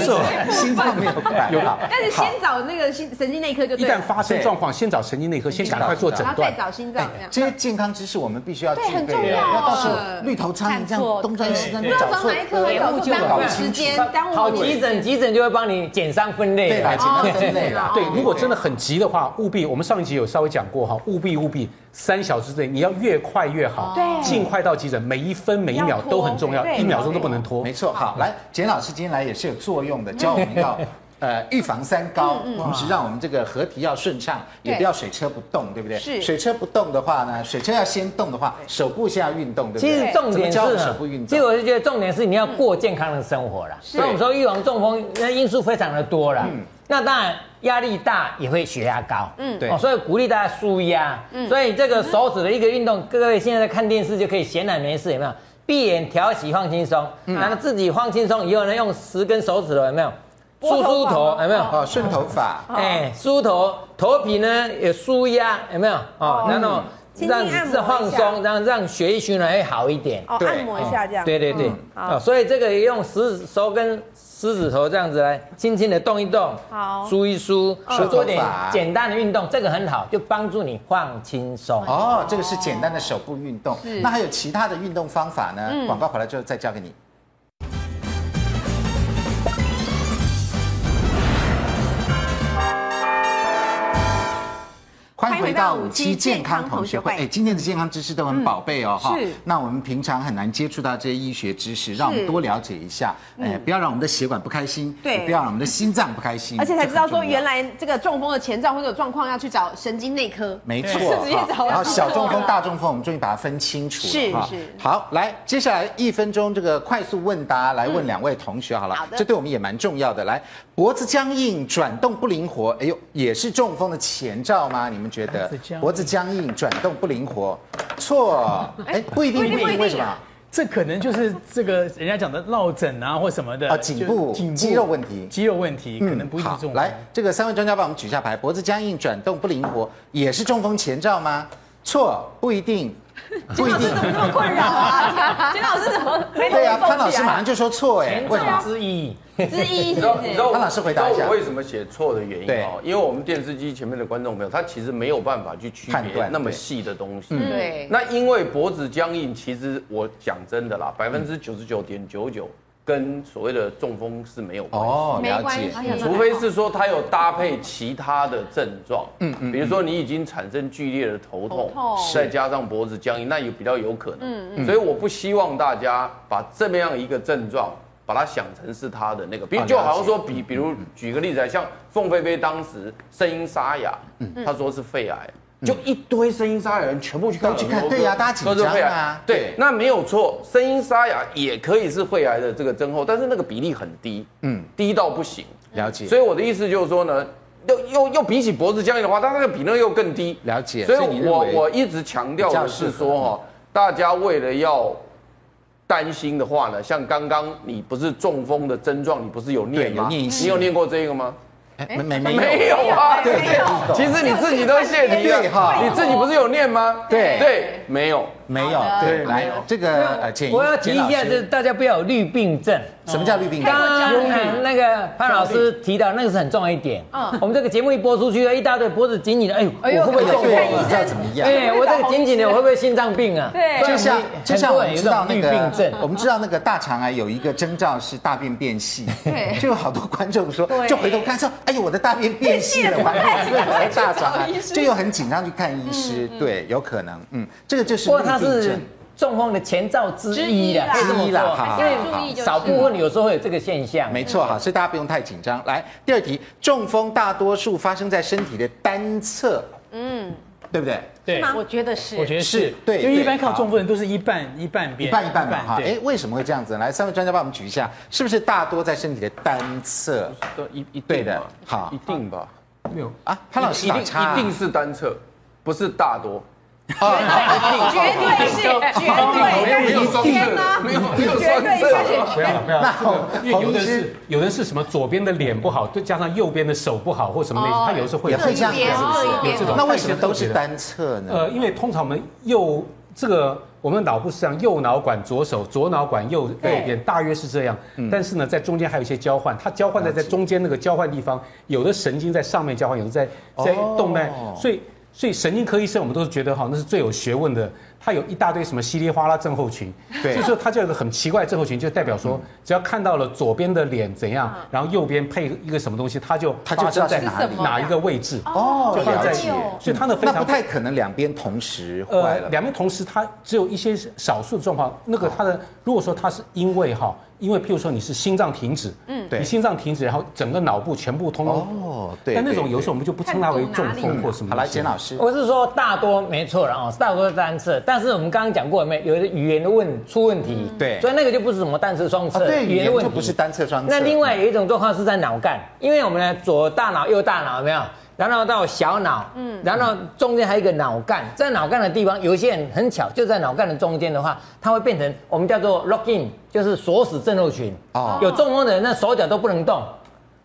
Speaker 6: 是我。
Speaker 1: 哎心脏没有摆好，
Speaker 2: 但是先找那个心神经内科就
Speaker 6: 一
Speaker 2: 对
Speaker 6: 旦
Speaker 2: 了，
Speaker 6: 发生
Speaker 1: 对
Speaker 6: 状况，先找神经内科，先赶快做诊
Speaker 2: 然后再
Speaker 6: 断。
Speaker 2: 找心脏这样。
Speaker 1: 这些健康知识我们必须要具
Speaker 7: 对很
Speaker 1: 备
Speaker 7: 重
Speaker 1: 的，
Speaker 7: 要
Speaker 1: 要到时候绿头苍蝇这
Speaker 5: 看
Speaker 1: 样
Speaker 5: 错
Speaker 1: 东钻西钻
Speaker 4: 对
Speaker 1: 找
Speaker 2: 找
Speaker 1: 错
Speaker 2: 哪一科
Speaker 1: 科，
Speaker 2: 耽
Speaker 1: 就
Speaker 2: 误
Speaker 1: 搞不
Speaker 2: 时
Speaker 1: 清楚。
Speaker 2: 间，耽误
Speaker 3: 跑
Speaker 2: 我
Speaker 3: 急诊，急诊就会帮你减伤分类。
Speaker 1: 对啦，简单分类
Speaker 2: 哦
Speaker 1: 啦。
Speaker 6: 对，如果真的很急的话，务必我们上一集有稍微讲过哈，务必务必三小时之内，你要越快越好，
Speaker 7: 对
Speaker 6: 尽快到急诊，每一分每一秒都很重要，
Speaker 7: 对
Speaker 6: 一秒钟都不能拖
Speaker 1: 没。错，好，来，简老师今天来也是有作用的，教我们要。呃，预防三高，
Speaker 7: 嗯
Speaker 1: 同时让我们这个合体要顺畅，也不要水车不动，对不对？
Speaker 7: 是
Speaker 1: 水车不动的话呢，水车要先动的话，手部先要运动，对不
Speaker 3: 其
Speaker 1: 对？嗯
Speaker 3: 实重
Speaker 1: 怎么
Speaker 3: 点是
Speaker 1: 教我
Speaker 3: 呢
Speaker 1: 们手部运动。
Speaker 3: 其实我是觉得重点是你要过健康的生活啦。那我们说预防中风，那因素非常的多啦。
Speaker 1: 嗯
Speaker 3: 那当然压力大也会血压高，嗯，
Speaker 1: 对
Speaker 3: 所以鼓励大家舒压。
Speaker 1: 嗯
Speaker 3: 所以这个手指的一个运动，各位现在在看电视就可以闲懒没事，有没有？闭眼调息放轻松，
Speaker 1: 嗯
Speaker 3: 然后自己放轻松以后呢，用十根手指头有没有？梳梳头有没有？
Speaker 1: 哦，顺头发，
Speaker 3: 哎，梳头，头皮呢也舒压，有没有？哦，然后
Speaker 2: 嗯轻轻
Speaker 3: 让你
Speaker 2: 按摩
Speaker 3: 自
Speaker 2: 一
Speaker 3: 放
Speaker 2: 下
Speaker 3: 松，让让血液循环会好一点。
Speaker 2: 哦，按摩一下这样。嗯
Speaker 3: 对对对，啊，所以这个用食手跟食指头这样子来轻轻的动一动，
Speaker 2: 好哦
Speaker 3: 梳一梳，
Speaker 1: 梳
Speaker 3: 做点
Speaker 1: 头发
Speaker 3: 简单的运动，这个很好，就帮助你放轻松。
Speaker 1: 哦，这个是简单的手部运动。那还有其他的运动方法呢？广告回来之后再教给你。欢迎回到五期健康同学会。哎，今天的健康知识都很宝贝哦，哈、那我们平常很难接触到这些医学知识，让我们多了解一下。哎，不要让我们的血管不开心，
Speaker 2: 对
Speaker 1: 也不要让我们的心脏不开心，
Speaker 7: 而且才知道
Speaker 1: 这
Speaker 7: 说
Speaker 1: 很重要
Speaker 7: 原来这个中风的前兆或者有状况要去找神经内科。
Speaker 1: 没 (laughs) 错
Speaker 7: 对直接
Speaker 1: 哈
Speaker 7: 找
Speaker 1: 然后小中
Speaker 7: 中
Speaker 1: 风
Speaker 7: 风、
Speaker 1: 大中风，我们终于把它分清楚了。
Speaker 7: 是
Speaker 1: 哈
Speaker 7: 是
Speaker 1: 好，来，接下来一分钟这个快速问答来问两位同学嗯好了，
Speaker 7: 好的
Speaker 1: 这对我们也蛮重要的。来，脖子僵硬、转动不灵活，哎呦，也是中风的前兆吗？你们觉得
Speaker 4: 脖子僵？硬
Speaker 1: 脖子僵硬、转动不灵活，错，哎，不一定，不一定，为什么？
Speaker 4: 这可能就是这个人家讲的落枕啊或什么的
Speaker 1: 啊颈部
Speaker 4: 呃就是
Speaker 1: 肌肉问题嗯
Speaker 4: 肌肉问题可能不一定
Speaker 1: 好
Speaker 4: 是中风。
Speaker 1: 来，这个三位专家帮我们举一下牌，脖子僵硬、转动不灵活，也是中风前兆吗？错，不一定，不一定。
Speaker 2: 困扰啊！ (laughs) 简老师怎么没
Speaker 1: 对呀、潘老师马上就说错哎，
Speaker 3: 啊
Speaker 1: 为什么？
Speaker 3: 之一，
Speaker 2: 之一
Speaker 8: 你
Speaker 2: 是
Speaker 8: 知道
Speaker 2: 不
Speaker 8: 你
Speaker 2: 是
Speaker 8: 知？道我
Speaker 1: 潘老师回答一下
Speaker 8: 你知道我为什么写错的原因
Speaker 1: 对
Speaker 8: 哦，因为我们电视机前面的观众朋友，他其实没有办法去区
Speaker 1: 判
Speaker 8: 别
Speaker 1: 断
Speaker 8: 那么
Speaker 1: 对嗯
Speaker 8: 细的东西。
Speaker 7: 对，
Speaker 8: 那因为脖子僵硬，其实我讲真的啦，百分之九十九点九九跟所谓的中风是没有关系。
Speaker 1: 哦，
Speaker 7: 没
Speaker 1: 了
Speaker 7: 关系
Speaker 1: 解。
Speaker 8: 除非是说他有搭配其他的症状，嗯嗯，比如说你已经产生剧烈的头痛，
Speaker 7: 头痛
Speaker 8: 再加上脖子僵硬，那也比较有可能，嗯嗯，所以我不希望大家把这么样一个症状。把它想成是他的那个，比
Speaker 1: 啊
Speaker 8: 就好
Speaker 1: 了
Speaker 8: 像
Speaker 1: 解
Speaker 8: 说比，比如举个例子来，像凤飞飞当时声音沙哑，
Speaker 1: 嗯
Speaker 8: 他说是肺癌，就一堆声音沙哑的人全部去看
Speaker 1: 都去
Speaker 8: 耳
Speaker 1: 看
Speaker 8: 鼻喉科
Speaker 1: 对呀大家紧
Speaker 8: 都是肺
Speaker 1: 张
Speaker 8: 癌
Speaker 1: 啊对
Speaker 8: 对，那没有错，声音沙哑也可以是肺癌的这个症候，但是那个比例很低，
Speaker 1: 嗯
Speaker 8: 嗯，低到不行，
Speaker 1: 了解
Speaker 8: 所以我的意思就是说呢，又又又比起脖子僵硬的话，它那个比那个又更低。
Speaker 1: 了解
Speaker 8: 所以
Speaker 1: 所以你认
Speaker 8: 我
Speaker 1: 为
Speaker 8: 我一直强调的是说哈、大家为了要担心的话呢，像刚刚你不是中风的症状，你不是有念
Speaker 1: 对
Speaker 8: 吗？
Speaker 1: 有念一些
Speaker 8: 你有念过这个吗？
Speaker 1: 哎没没
Speaker 8: 没有啊，对对，其实你自己都泄题
Speaker 1: 对哈
Speaker 8: 了，你自己不是有念吗？
Speaker 1: 对
Speaker 8: 对，没有，
Speaker 1: 没有
Speaker 7: 好的
Speaker 1: 对，
Speaker 8: 对
Speaker 1: 来这个呃，简
Speaker 3: 我要提一下，
Speaker 1: 简老
Speaker 3: 就
Speaker 1: 师
Speaker 3: 是大家不要有绿病症。
Speaker 1: 什么叫绿病
Speaker 2: 哦
Speaker 3: 刚
Speaker 1: 症？
Speaker 3: 刚呃那个潘老师提到那个是很重要一点。嗯，我们这个节目一播出去，一大堆脖子紧紧的，哎呦，
Speaker 7: 哎呦
Speaker 3: 我会不会
Speaker 1: 对，
Speaker 3: 中风
Speaker 1: 我
Speaker 3: 啊
Speaker 1: 不？知道怎么
Speaker 3: (laughs)
Speaker 1: 样。
Speaker 3: 哎，我这个紧紧的，我会不会心脏病啊？
Speaker 7: 对
Speaker 3: 所以
Speaker 1: 就像
Speaker 3: 我们
Speaker 1: 就像我
Speaker 3: 很多
Speaker 1: 们知道那
Speaker 3: 人有这种绿
Speaker 1: 个
Speaker 3: 病症，
Speaker 1: 我们知道那个大肠癌有一个征兆是大便变细，
Speaker 7: 对
Speaker 1: 就有好多观众说，
Speaker 7: 对
Speaker 1: 就回头看说，哎呦，我的大便变细了，我还
Speaker 3: (laughs)
Speaker 1: 没有得大肠癌
Speaker 7: 去找医，师
Speaker 1: 就又很紧张去看医师，对，有可能，嗯，这个就是
Speaker 3: 嗯不过
Speaker 1: 绿
Speaker 3: 它
Speaker 1: 病
Speaker 3: 是
Speaker 1: 症，
Speaker 3: 中风的前兆之一啦，
Speaker 7: 之一啦
Speaker 1: 之
Speaker 3: 可以这么
Speaker 1: 一啦
Speaker 3: 说
Speaker 1: 好
Speaker 3: 因为
Speaker 1: 好好
Speaker 3: 少部分有时候会有这个现象。
Speaker 1: 没错哈，所以大家不用太紧张。来，第二题，中风大多数发生在身体的单侧，嗯，对不对？
Speaker 4: 对，
Speaker 5: 我觉得是，
Speaker 4: 我觉得
Speaker 1: 是
Speaker 4: 是，
Speaker 1: 对
Speaker 4: 因为
Speaker 1: 对
Speaker 4: 一般看
Speaker 1: 好
Speaker 4: 中风人都是一半一半边，
Speaker 1: 一半一半吧，哈，
Speaker 4: 对
Speaker 1: 哎，为什么会这样子呢？来，三位专家帮我们举一下，是不是大多在身体的单侧？
Speaker 8: 对一一定
Speaker 1: 对的
Speaker 8: 吧
Speaker 1: 好
Speaker 8: 一定吧。
Speaker 1: 啊，潘老师
Speaker 8: 一定
Speaker 1: 打岔啊，
Speaker 8: 一定是单侧，不是大多。
Speaker 1: 啊
Speaker 7: 绝对是，绝对
Speaker 8: 哎没有双侧
Speaker 7: 哎天哪，
Speaker 8: 没有没有
Speaker 7: 绝
Speaker 8: 双啊
Speaker 7: 对
Speaker 8: 侧。
Speaker 7: 是。
Speaker 6: 不要不要，
Speaker 1: 那
Speaker 6: 这个因为有的
Speaker 1: 洪医
Speaker 6: 是
Speaker 1: 师
Speaker 6: 有的是什么左边的脸不好，再加上右边的手不好或什么类似，
Speaker 7: 哦
Speaker 6: 他有时候会
Speaker 1: 也
Speaker 6: 有
Speaker 1: 会这样子，
Speaker 7: 各一边
Speaker 1: 是不是
Speaker 7: 各一边
Speaker 6: 有这种
Speaker 1: 那为什么都是单侧呢？
Speaker 6: 呃，因为通常我们右这个我们脑部是这样，右脑管左手，左脑管右右边，大约是这样。
Speaker 1: 嗯
Speaker 6: 但是呢，在中间还有一些交换，它交换在在中间那个交换地方，有的神经在上面交换，有的在
Speaker 1: 哦
Speaker 6: 在动脉，所以。所以神经科医生，我们都是觉得哈，那是最有学问的。他有一大堆什么稀里哗啦症候群，
Speaker 1: 对嗯
Speaker 6: 就是他就有一个很奇怪的症候群，就代表说，只要看到了左边的脸怎样，然后右边配一个什么东西，他就
Speaker 1: 他就
Speaker 6: 发
Speaker 1: 知道
Speaker 6: 生在
Speaker 1: 是
Speaker 6: 哪
Speaker 1: 什
Speaker 6: 里
Speaker 1: 么
Speaker 6: 哪一个位置。
Speaker 1: 哦，
Speaker 6: 就
Speaker 1: 了
Speaker 6: 放在
Speaker 1: 解。
Speaker 6: 所以它的非
Speaker 1: 那
Speaker 6: 常
Speaker 1: 不太可能两边同时坏
Speaker 6: 呃，
Speaker 1: 了。
Speaker 6: 两边同时，它只有一些少数的状况。那个它
Speaker 1: 哦
Speaker 6: 的，如果说它是因为哈，因为譬如说你是心脏停止，嗯，
Speaker 1: 对
Speaker 6: 你心脏停止，然后整个脑部全部通通，
Speaker 1: 哦，对。
Speaker 6: 但那种
Speaker 1: 对
Speaker 6: 有时候我们就不称它为中
Speaker 7: 看懂哪
Speaker 6: 风
Speaker 7: 里
Speaker 6: 或什么。
Speaker 1: 嗯好来，简老师，
Speaker 5: 哦
Speaker 3: 我是说大多没错了哦，大多是单侧，但是我们刚刚讲过有没有有的语言的问出问题，
Speaker 1: 嗯对
Speaker 3: 所以那个就不是什么单侧双
Speaker 1: 啊，
Speaker 3: 侧，
Speaker 1: 对，语言
Speaker 3: 的问
Speaker 1: 就
Speaker 3: 题
Speaker 1: 不是单侧双侧。
Speaker 3: 那另外有一种状况是在脑干，因为我们的左大脑、右大脑有没有？然后到小脑，嗯，然后中间还有一个脑干，在脑干的地方，有一些人很巧，就在脑干的中间的话，它会变成我们叫做 lock in，就是锁死症候群。
Speaker 1: 哦
Speaker 3: 哦，有中风的人，那手脚都不能动，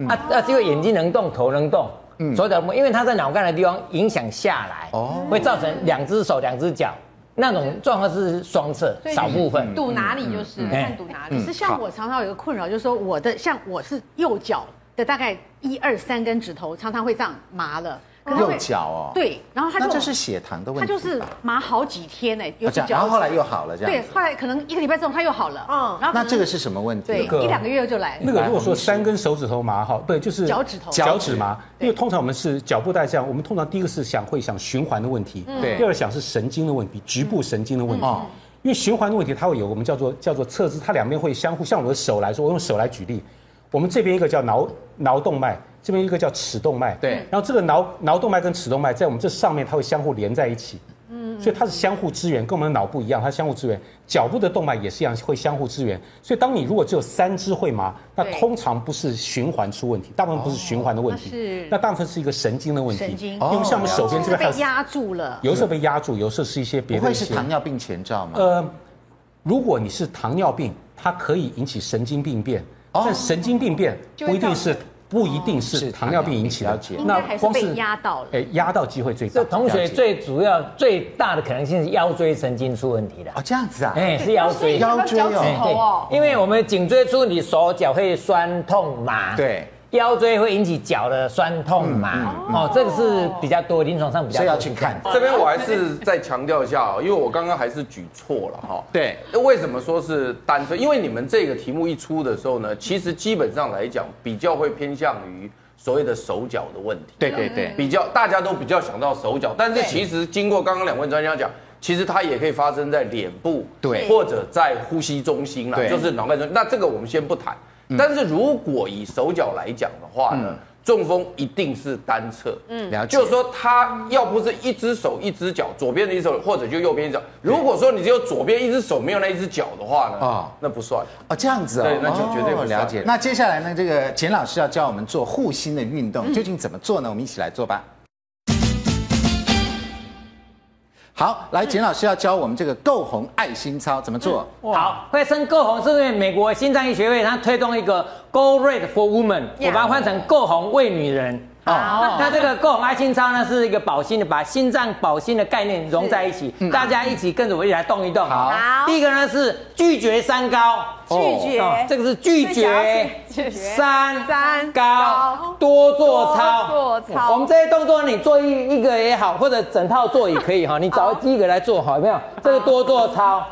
Speaker 3: 啊啊，只有眼睛能动，头能动，手脚不，因为它在脑干的地方影响下来，
Speaker 1: 哦
Speaker 3: 嗯哦，会造成两只手、两只脚那种状况是双侧
Speaker 5: 所以
Speaker 3: 少部分。
Speaker 1: 嗯
Speaker 7: 堵哪里就是看堵哪
Speaker 5: 可
Speaker 7: 里。
Speaker 5: 是像我常常有一个困扰，就是说我的像我是右脚的大概一二三根指头常常会这样麻了，可是它会
Speaker 1: 右脚哦，，
Speaker 5: 对，然后他
Speaker 1: 那
Speaker 5: 就
Speaker 1: 这是血糖的问
Speaker 5: 他
Speaker 1: 题吧。
Speaker 5: 就是麻好几天呢，有
Speaker 1: 啊这
Speaker 5: 几
Speaker 1: 样，然
Speaker 5: 脚
Speaker 1: 后后来又好了，这
Speaker 5: 对
Speaker 1: 样子，。
Speaker 5: 后来可能一个礼拜之后他又好了，
Speaker 7: 嗯
Speaker 5: 嗯，然后
Speaker 1: (laughs)
Speaker 5: 可
Speaker 1: 那
Speaker 5: 能
Speaker 1: 这个是什么问题？啊
Speaker 5: 对
Speaker 6: 个
Speaker 5: 一两个月就来了，
Speaker 6: 那个如果说三根手指头麻哈，对，就是
Speaker 5: 脚趾头
Speaker 6: 脚趾麻，
Speaker 5: 对
Speaker 6: 因为通常我们是脚部带这样，我们通常第一个是想会想循环的问题，
Speaker 5: 嗯
Speaker 1: 对
Speaker 6: 第二想是神经的问题，局部神经的问题
Speaker 1: 嗯。
Speaker 6: 因为循环的问题，它会有我们叫做叫做侧支，它两边会相互。像我的手来说，我用手来举例，我们这边一个叫桡桡动脉，这边一个叫尺动脉。
Speaker 1: 对
Speaker 6: 然后这个桡桡动脉跟尺动脉在我们这上面，它会相互连在一起。所以它是相互支援，跟我们的脑部一样，它相互支援。脚部的动脉也是一样，会相互支援。所以当你如果只有三支会麻，那
Speaker 5: 对哦
Speaker 6: 通常不是循环出问题，大部分不是循环的问
Speaker 5: 那
Speaker 6: 题
Speaker 5: 是，
Speaker 6: 那大部分是一个神经的问题。
Speaker 5: 神经哦
Speaker 6: 因为像我们手边这
Speaker 5: 是
Speaker 6: 边还
Speaker 5: 被
Speaker 6: 有，
Speaker 5: 压住了，
Speaker 6: 有时候被压住，有时候是一些别
Speaker 1: 不
Speaker 6: 的
Speaker 1: 会
Speaker 6: 一
Speaker 1: 是
Speaker 6: 些。
Speaker 1: 糖尿病前兆吗？
Speaker 6: 呃，如果你是糖尿病，它可以引起神经病变，但神经病变不一定是不一定
Speaker 1: 是
Speaker 6: 是糖尿病引起
Speaker 1: 了
Speaker 6: 的
Speaker 1: 解，
Speaker 5: 应该还是被压到了。
Speaker 6: 哎压到机会最大
Speaker 3: 这。同学最主要最大的可能性是腰椎神经出问题的，
Speaker 1: 哦，这样子啊，
Speaker 3: 哎，是腰
Speaker 7: 所以
Speaker 3: 椎。哎
Speaker 1: 腰椎
Speaker 7: 脚趾
Speaker 1: 哦
Speaker 7: 头哦，
Speaker 3: 对，因为我们颈椎出问题，手脚会酸痛麻。
Speaker 1: 对，嗯
Speaker 3: 腰椎会引起脚的酸痛麻。哦，这个是比较多，临床上比较
Speaker 1: 所以
Speaker 3: 多
Speaker 1: 要去看。
Speaker 8: 这边我还是再强调一下哦，因为我刚刚还是举错了哈。
Speaker 1: 对，
Speaker 8: 那为什么说是单车？因为你们这个题目一出的时候呢，其实基本上来讲比较会偏向于所谓的手脚的问题。
Speaker 1: 对对对，
Speaker 8: 比较大家都比较想到手脚，但是其实经过刚刚两位专家讲，其实它也可以发生在脸部，
Speaker 1: 对
Speaker 8: 或者在呼吸中心啦
Speaker 1: 对，嗯
Speaker 8: 就是脑干中心。那这个我们先不谈，但是如果以手脚来讲的话呢，中风一定是单侧，嗯
Speaker 1: 了解
Speaker 8: 就是说他要不是一只手一只脚，左边的一只手或者就右边一只脚。如果说你只有左边一只手没有那一只脚的话呢，
Speaker 1: 哦
Speaker 8: 啊，那不算。
Speaker 1: 哦，这样子哦，
Speaker 8: 对那就绝对不
Speaker 1: 哦
Speaker 8: 算
Speaker 1: 了解。那接下来呢，这个简老师要教我们做护心的运动，究竟怎么做呢？我们一起来做吧。好，来，简老师要教我们这个够红爱心操怎么做？
Speaker 3: 好，会升够红是因为美国心脏医学会它推动一个 Go Red for Women，、
Speaker 7: Yeah
Speaker 3: 我把它换成够红为女人。哦，那这个共同爱心操呢，是一个保心的，把心脏保心的概念融在一起，大家一起跟着我一起来动一动。
Speaker 1: 好
Speaker 2: 好
Speaker 3: 第一个呢是拒绝三高，
Speaker 2: 拒绝
Speaker 3: 哦这个是拒绝
Speaker 7: 拒绝
Speaker 3: 三
Speaker 2: 三
Speaker 3: 高
Speaker 2: 高
Speaker 3: 多做操，
Speaker 7: 多做操
Speaker 3: 我们这些动作你做一一个也好，或者整套做也可以哈，你找几个来做好有没有？这个多做操。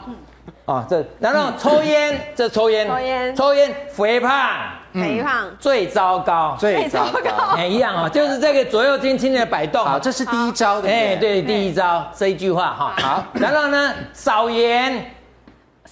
Speaker 3: 啊，这然后抽烟，这抽烟，
Speaker 2: 抽烟
Speaker 3: 抽烟，肥胖
Speaker 2: 肥胖，
Speaker 3: 最糟糕，
Speaker 1: 最糟糕。
Speaker 3: 哎，一样哦，就是这个左右轻轻的摆动。
Speaker 1: 好，这是第一招的。
Speaker 3: 哎，对，第一招这一句话哈。
Speaker 1: 好，
Speaker 3: 然后呢，少盐，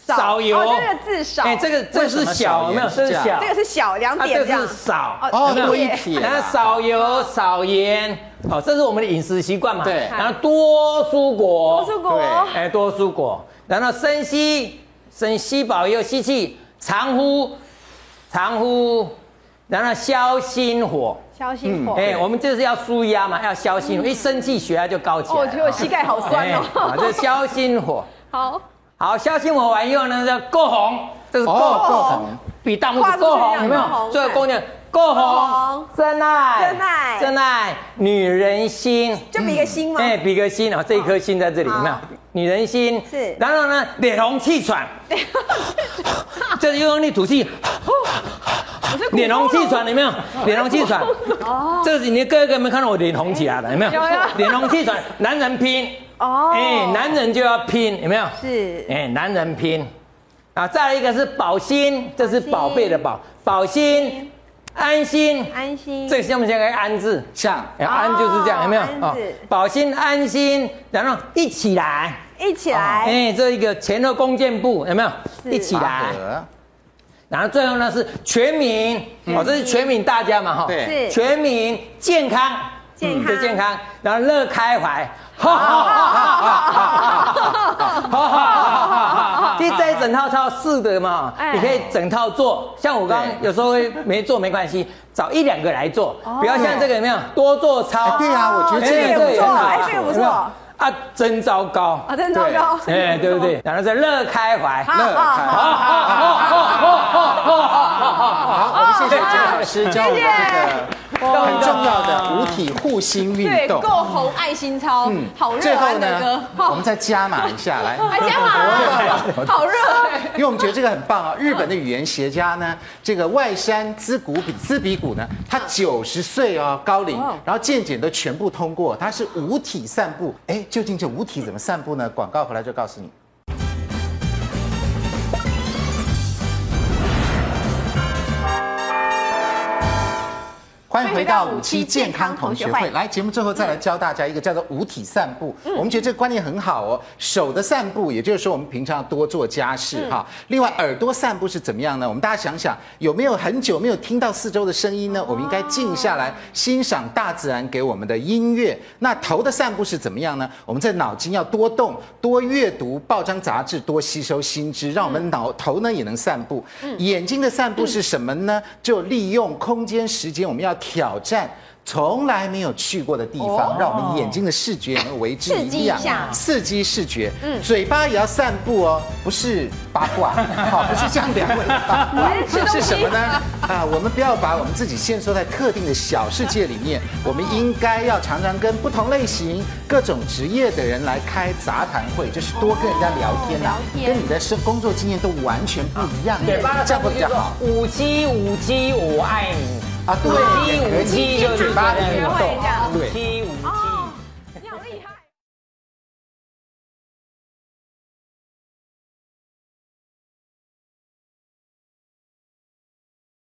Speaker 3: 少油。
Speaker 2: 哦这个字少
Speaker 3: 哎，这个这
Speaker 1: 为什么
Speaker 3: 是小，
Speaker 1: 少盐
Speaker 3: 有没有？这
Speaker 1: 是
Speaker 3: 是
Speaker 1: 这
Speaker 3: 小
Speaker 1: 样
Speaker 2: 这，个是小两
Speaker 3: 啊，
Speaker 2: 点
Speaker 3: 这
Speaker 2: 这样
Speaker 3: 个是。少。
Speaker 1: 哦，
Speaker 2: 对
Speaker 1: 多一撇啦。
Speaker 3: 然后少油、少盐，好，这是我们的饮食习惯嘛。
Speaker 1: 对
Speaker 3: 然后多蔬果，
Speaker 2: 出国
Speaker 3: 哎，多蔬果，然后深吸，深吸饱又吸气，长呼，长呼，然后消心火。
Speaker 2: 消
Speaker 1: 嗯
Speaker 2: 心火，
Speaker 3: 哎、我们就是要舒压嘛，要消
Speaker 2: 嗯
Speaker 3: 心火，一生气血压就高起来
Speaker 7: 哦，我
Speaker 3: 了。
Speaker 7: 觉得我膝盖好酸
Speaker 3: 哎好
Speaker 7: 哦。
Speaker 3: 这消
Speaker 2: (laughs)
Speaker 3: 心火。
Speaker 7: 好，
Speaker 3: 好，消心火完以后呢，叫够红，这是够、
Speaker 1: 哦，够红。
Speaker 3: 比大拇指
Speaker 2: 跨出
Speaker 3: 够
Speaker 2: 去这
Speaker 3: 红，
Speaker 2: 样
Speaker 3: 有没有
Speaker 2: 够？红
Speaker 3: 最后公念够红
Speaker 2: 红，
Speaker 3: 真爱，
Speaker 2: 真爱
Speaker 3: 真爱，女人心。
Speaker 2: 就比一个心吗？
Speaker 3: 哎，比个心啊，这一颗心在这里，有没有
Speaker 2: 好？
Speaker 3: 女人心
Speaker 2: 是
Speaker 3: 然后呢，脸红气喘，这就用力吐气，脸红气喘，有没有？脸红气喘，哦，这是你各位有没有看到我脸红起来了？有没有？脸红气喘，男人拼
Speaker 2: 哦
Speaker 3: 哎，男人就要拼，有没有？
Speaker 2: 是
Speaker 3: 哎，男人拼啊，再来一个是保心，这是宝贝的宝，保心，安心，
Speaker 2: 安心，
Speaker 3: 这个项目先给安置。
Speaker 1: 像哦
Speaker 3: 哎，安就是这样，有没有？
Speaker 2: 安置
Speaker 3: 保心安心，然后一起来，
Speaker 2: 一起来，
Speaker 3: 哎，这一个前后弓箭步有没有？
Speaker 2: 是
Speaker 3: 一起
Speaker 1: 拔
Speaker 3: 来，
Speaker 1: 河，
Speaker 3: 然后最后呢是全民，哦，这是全民大家嘛哈，
Speaker 1: 哦对
Speaker 2: 是
Speaker 3: 全民健康，
Speaker 2: 健康
Speaker 3: 对健康，然后乐开怀， (laughs) 哈哈哈哈哈哈哈哈哈哈哈！其实这一整套操是的嘛，
Speaker 2: 哎
Speaker 3: 你可以整套做，像我刚刚有时候会没做没关系，找一两个来做，
Speaker 2: 哦
Speaker 3: 不要像这个有没有多做操
Speaker 1: 哎，对啊，我觉得这
Speaker 3: 哎
Speaker 1: 个很
Speaker 3: 对
Speaker 2: 错
Speaker 1: 好
Speaker 2: 哎这个不错
Speaker 3: 啊，真糟糕，
Speaker 2: 啊，真糟糕，
Speaker 3: 哎，对不对？然后再乐开怀，
Speaker 2: 好
Speaker 1: 乐
Speaker 2: 好
Speaker 1: 开
Speaker 2: 好
Speaker 1: 好，我们谢谢姜老师教我们这个很重要的五体护心
Speaker 7: 对，
Speaker 1: 运动。嗯
Speaker 7: 够红爱心操，好热
Speaker 1: 最
Speaker 7: 啊，
Speaker 1: 后
Speaker 7: 那
Speaker 1: 呢，我
Speaker 7: 哥
Speaker 1: 们。再加码一下来。
Speaker 7: 还加码，好热。啊
Speaker 1: (laughs) 因为我们觉得这个很棒啊、日本的语言学家呢，这个外山资古比资比古呢，他九十岁嗯哦，高龄，然后健检都全部通过，他是五体散步。哎，究竟这五体怎么散步呢？广告回来就告诉你。欢迎回到五期健康同学会。来，节目最后再来教大家一个叫做五体散步。我们觉得这个观念很好哦，手的散步，也就是说我们平常要多做家事哈。另外，耳朵散步是怎么样呢？我们大家想想，有没有很久没有听到四周的声音呢？我们应该静下来欣赏大自然给我们的音乐。那头的散步是怎么样呢？我们在脑筋要多动、多阅读报章杂志，多吸收新知，让我们脑头呢也能散步。眼睛的散步是什么呢？就利用空间、时间，我们要挑战。从来没有去过的地方，让我们眼睛的视觉能为之
Speaker 7: 哦刺激
Speaker 1: 一
Speaker 7: 一
Speaker 1: 亮，
Speaker 7: 下嗯
Speaker 1: 刺激视觉。嘴巴也要散步哦，不是八
Speaker 7: (laughs)
Speaker 1: 卦，好，不是这样两位的八卦
Speaker 7: 你是吃，东西
Speaker 1: 是什么呢？啊，我们不要把我们自己限缩在特定的小世界里面，
Speaker 7: 哦
Speaker 1: 我们应该要常常跟不同类型、各种职业的人来开杂谈会，就是多跟人家聊天啊，
Speaker 7: 哦
Speaker 1: 跟你的生工作经验都完全不一样，
Speaker 3: 嘴巴的
Speaker 1: 这
Speaker 3: 散
Speaker 1: 样
Speaker 3: 步
Speaker 1: 会
Speaker 3: 就
Speaker 1: 比
Speaker 3: 是
Speaker 1: 较
Speaker 3: 说
Speaker 1: 好
Speaker 3: 五七五七我爱你，
Speaker 1: 啊。对，也可
Speaker 3: 五七五
Speaker 1: 以
Speaker 3: 七就
Speaker 1: 嘴
Speaker 3: 是
Speaker 1: 巴的
Speaker 3: 这
Speaker 1: 运
Speaker 3: 样
Speaker 1: 动，
Speaker 3: 五
Speaker 1: 对。
Speaker 3: 七
Speaker 2: 哦
Speaker 3: 五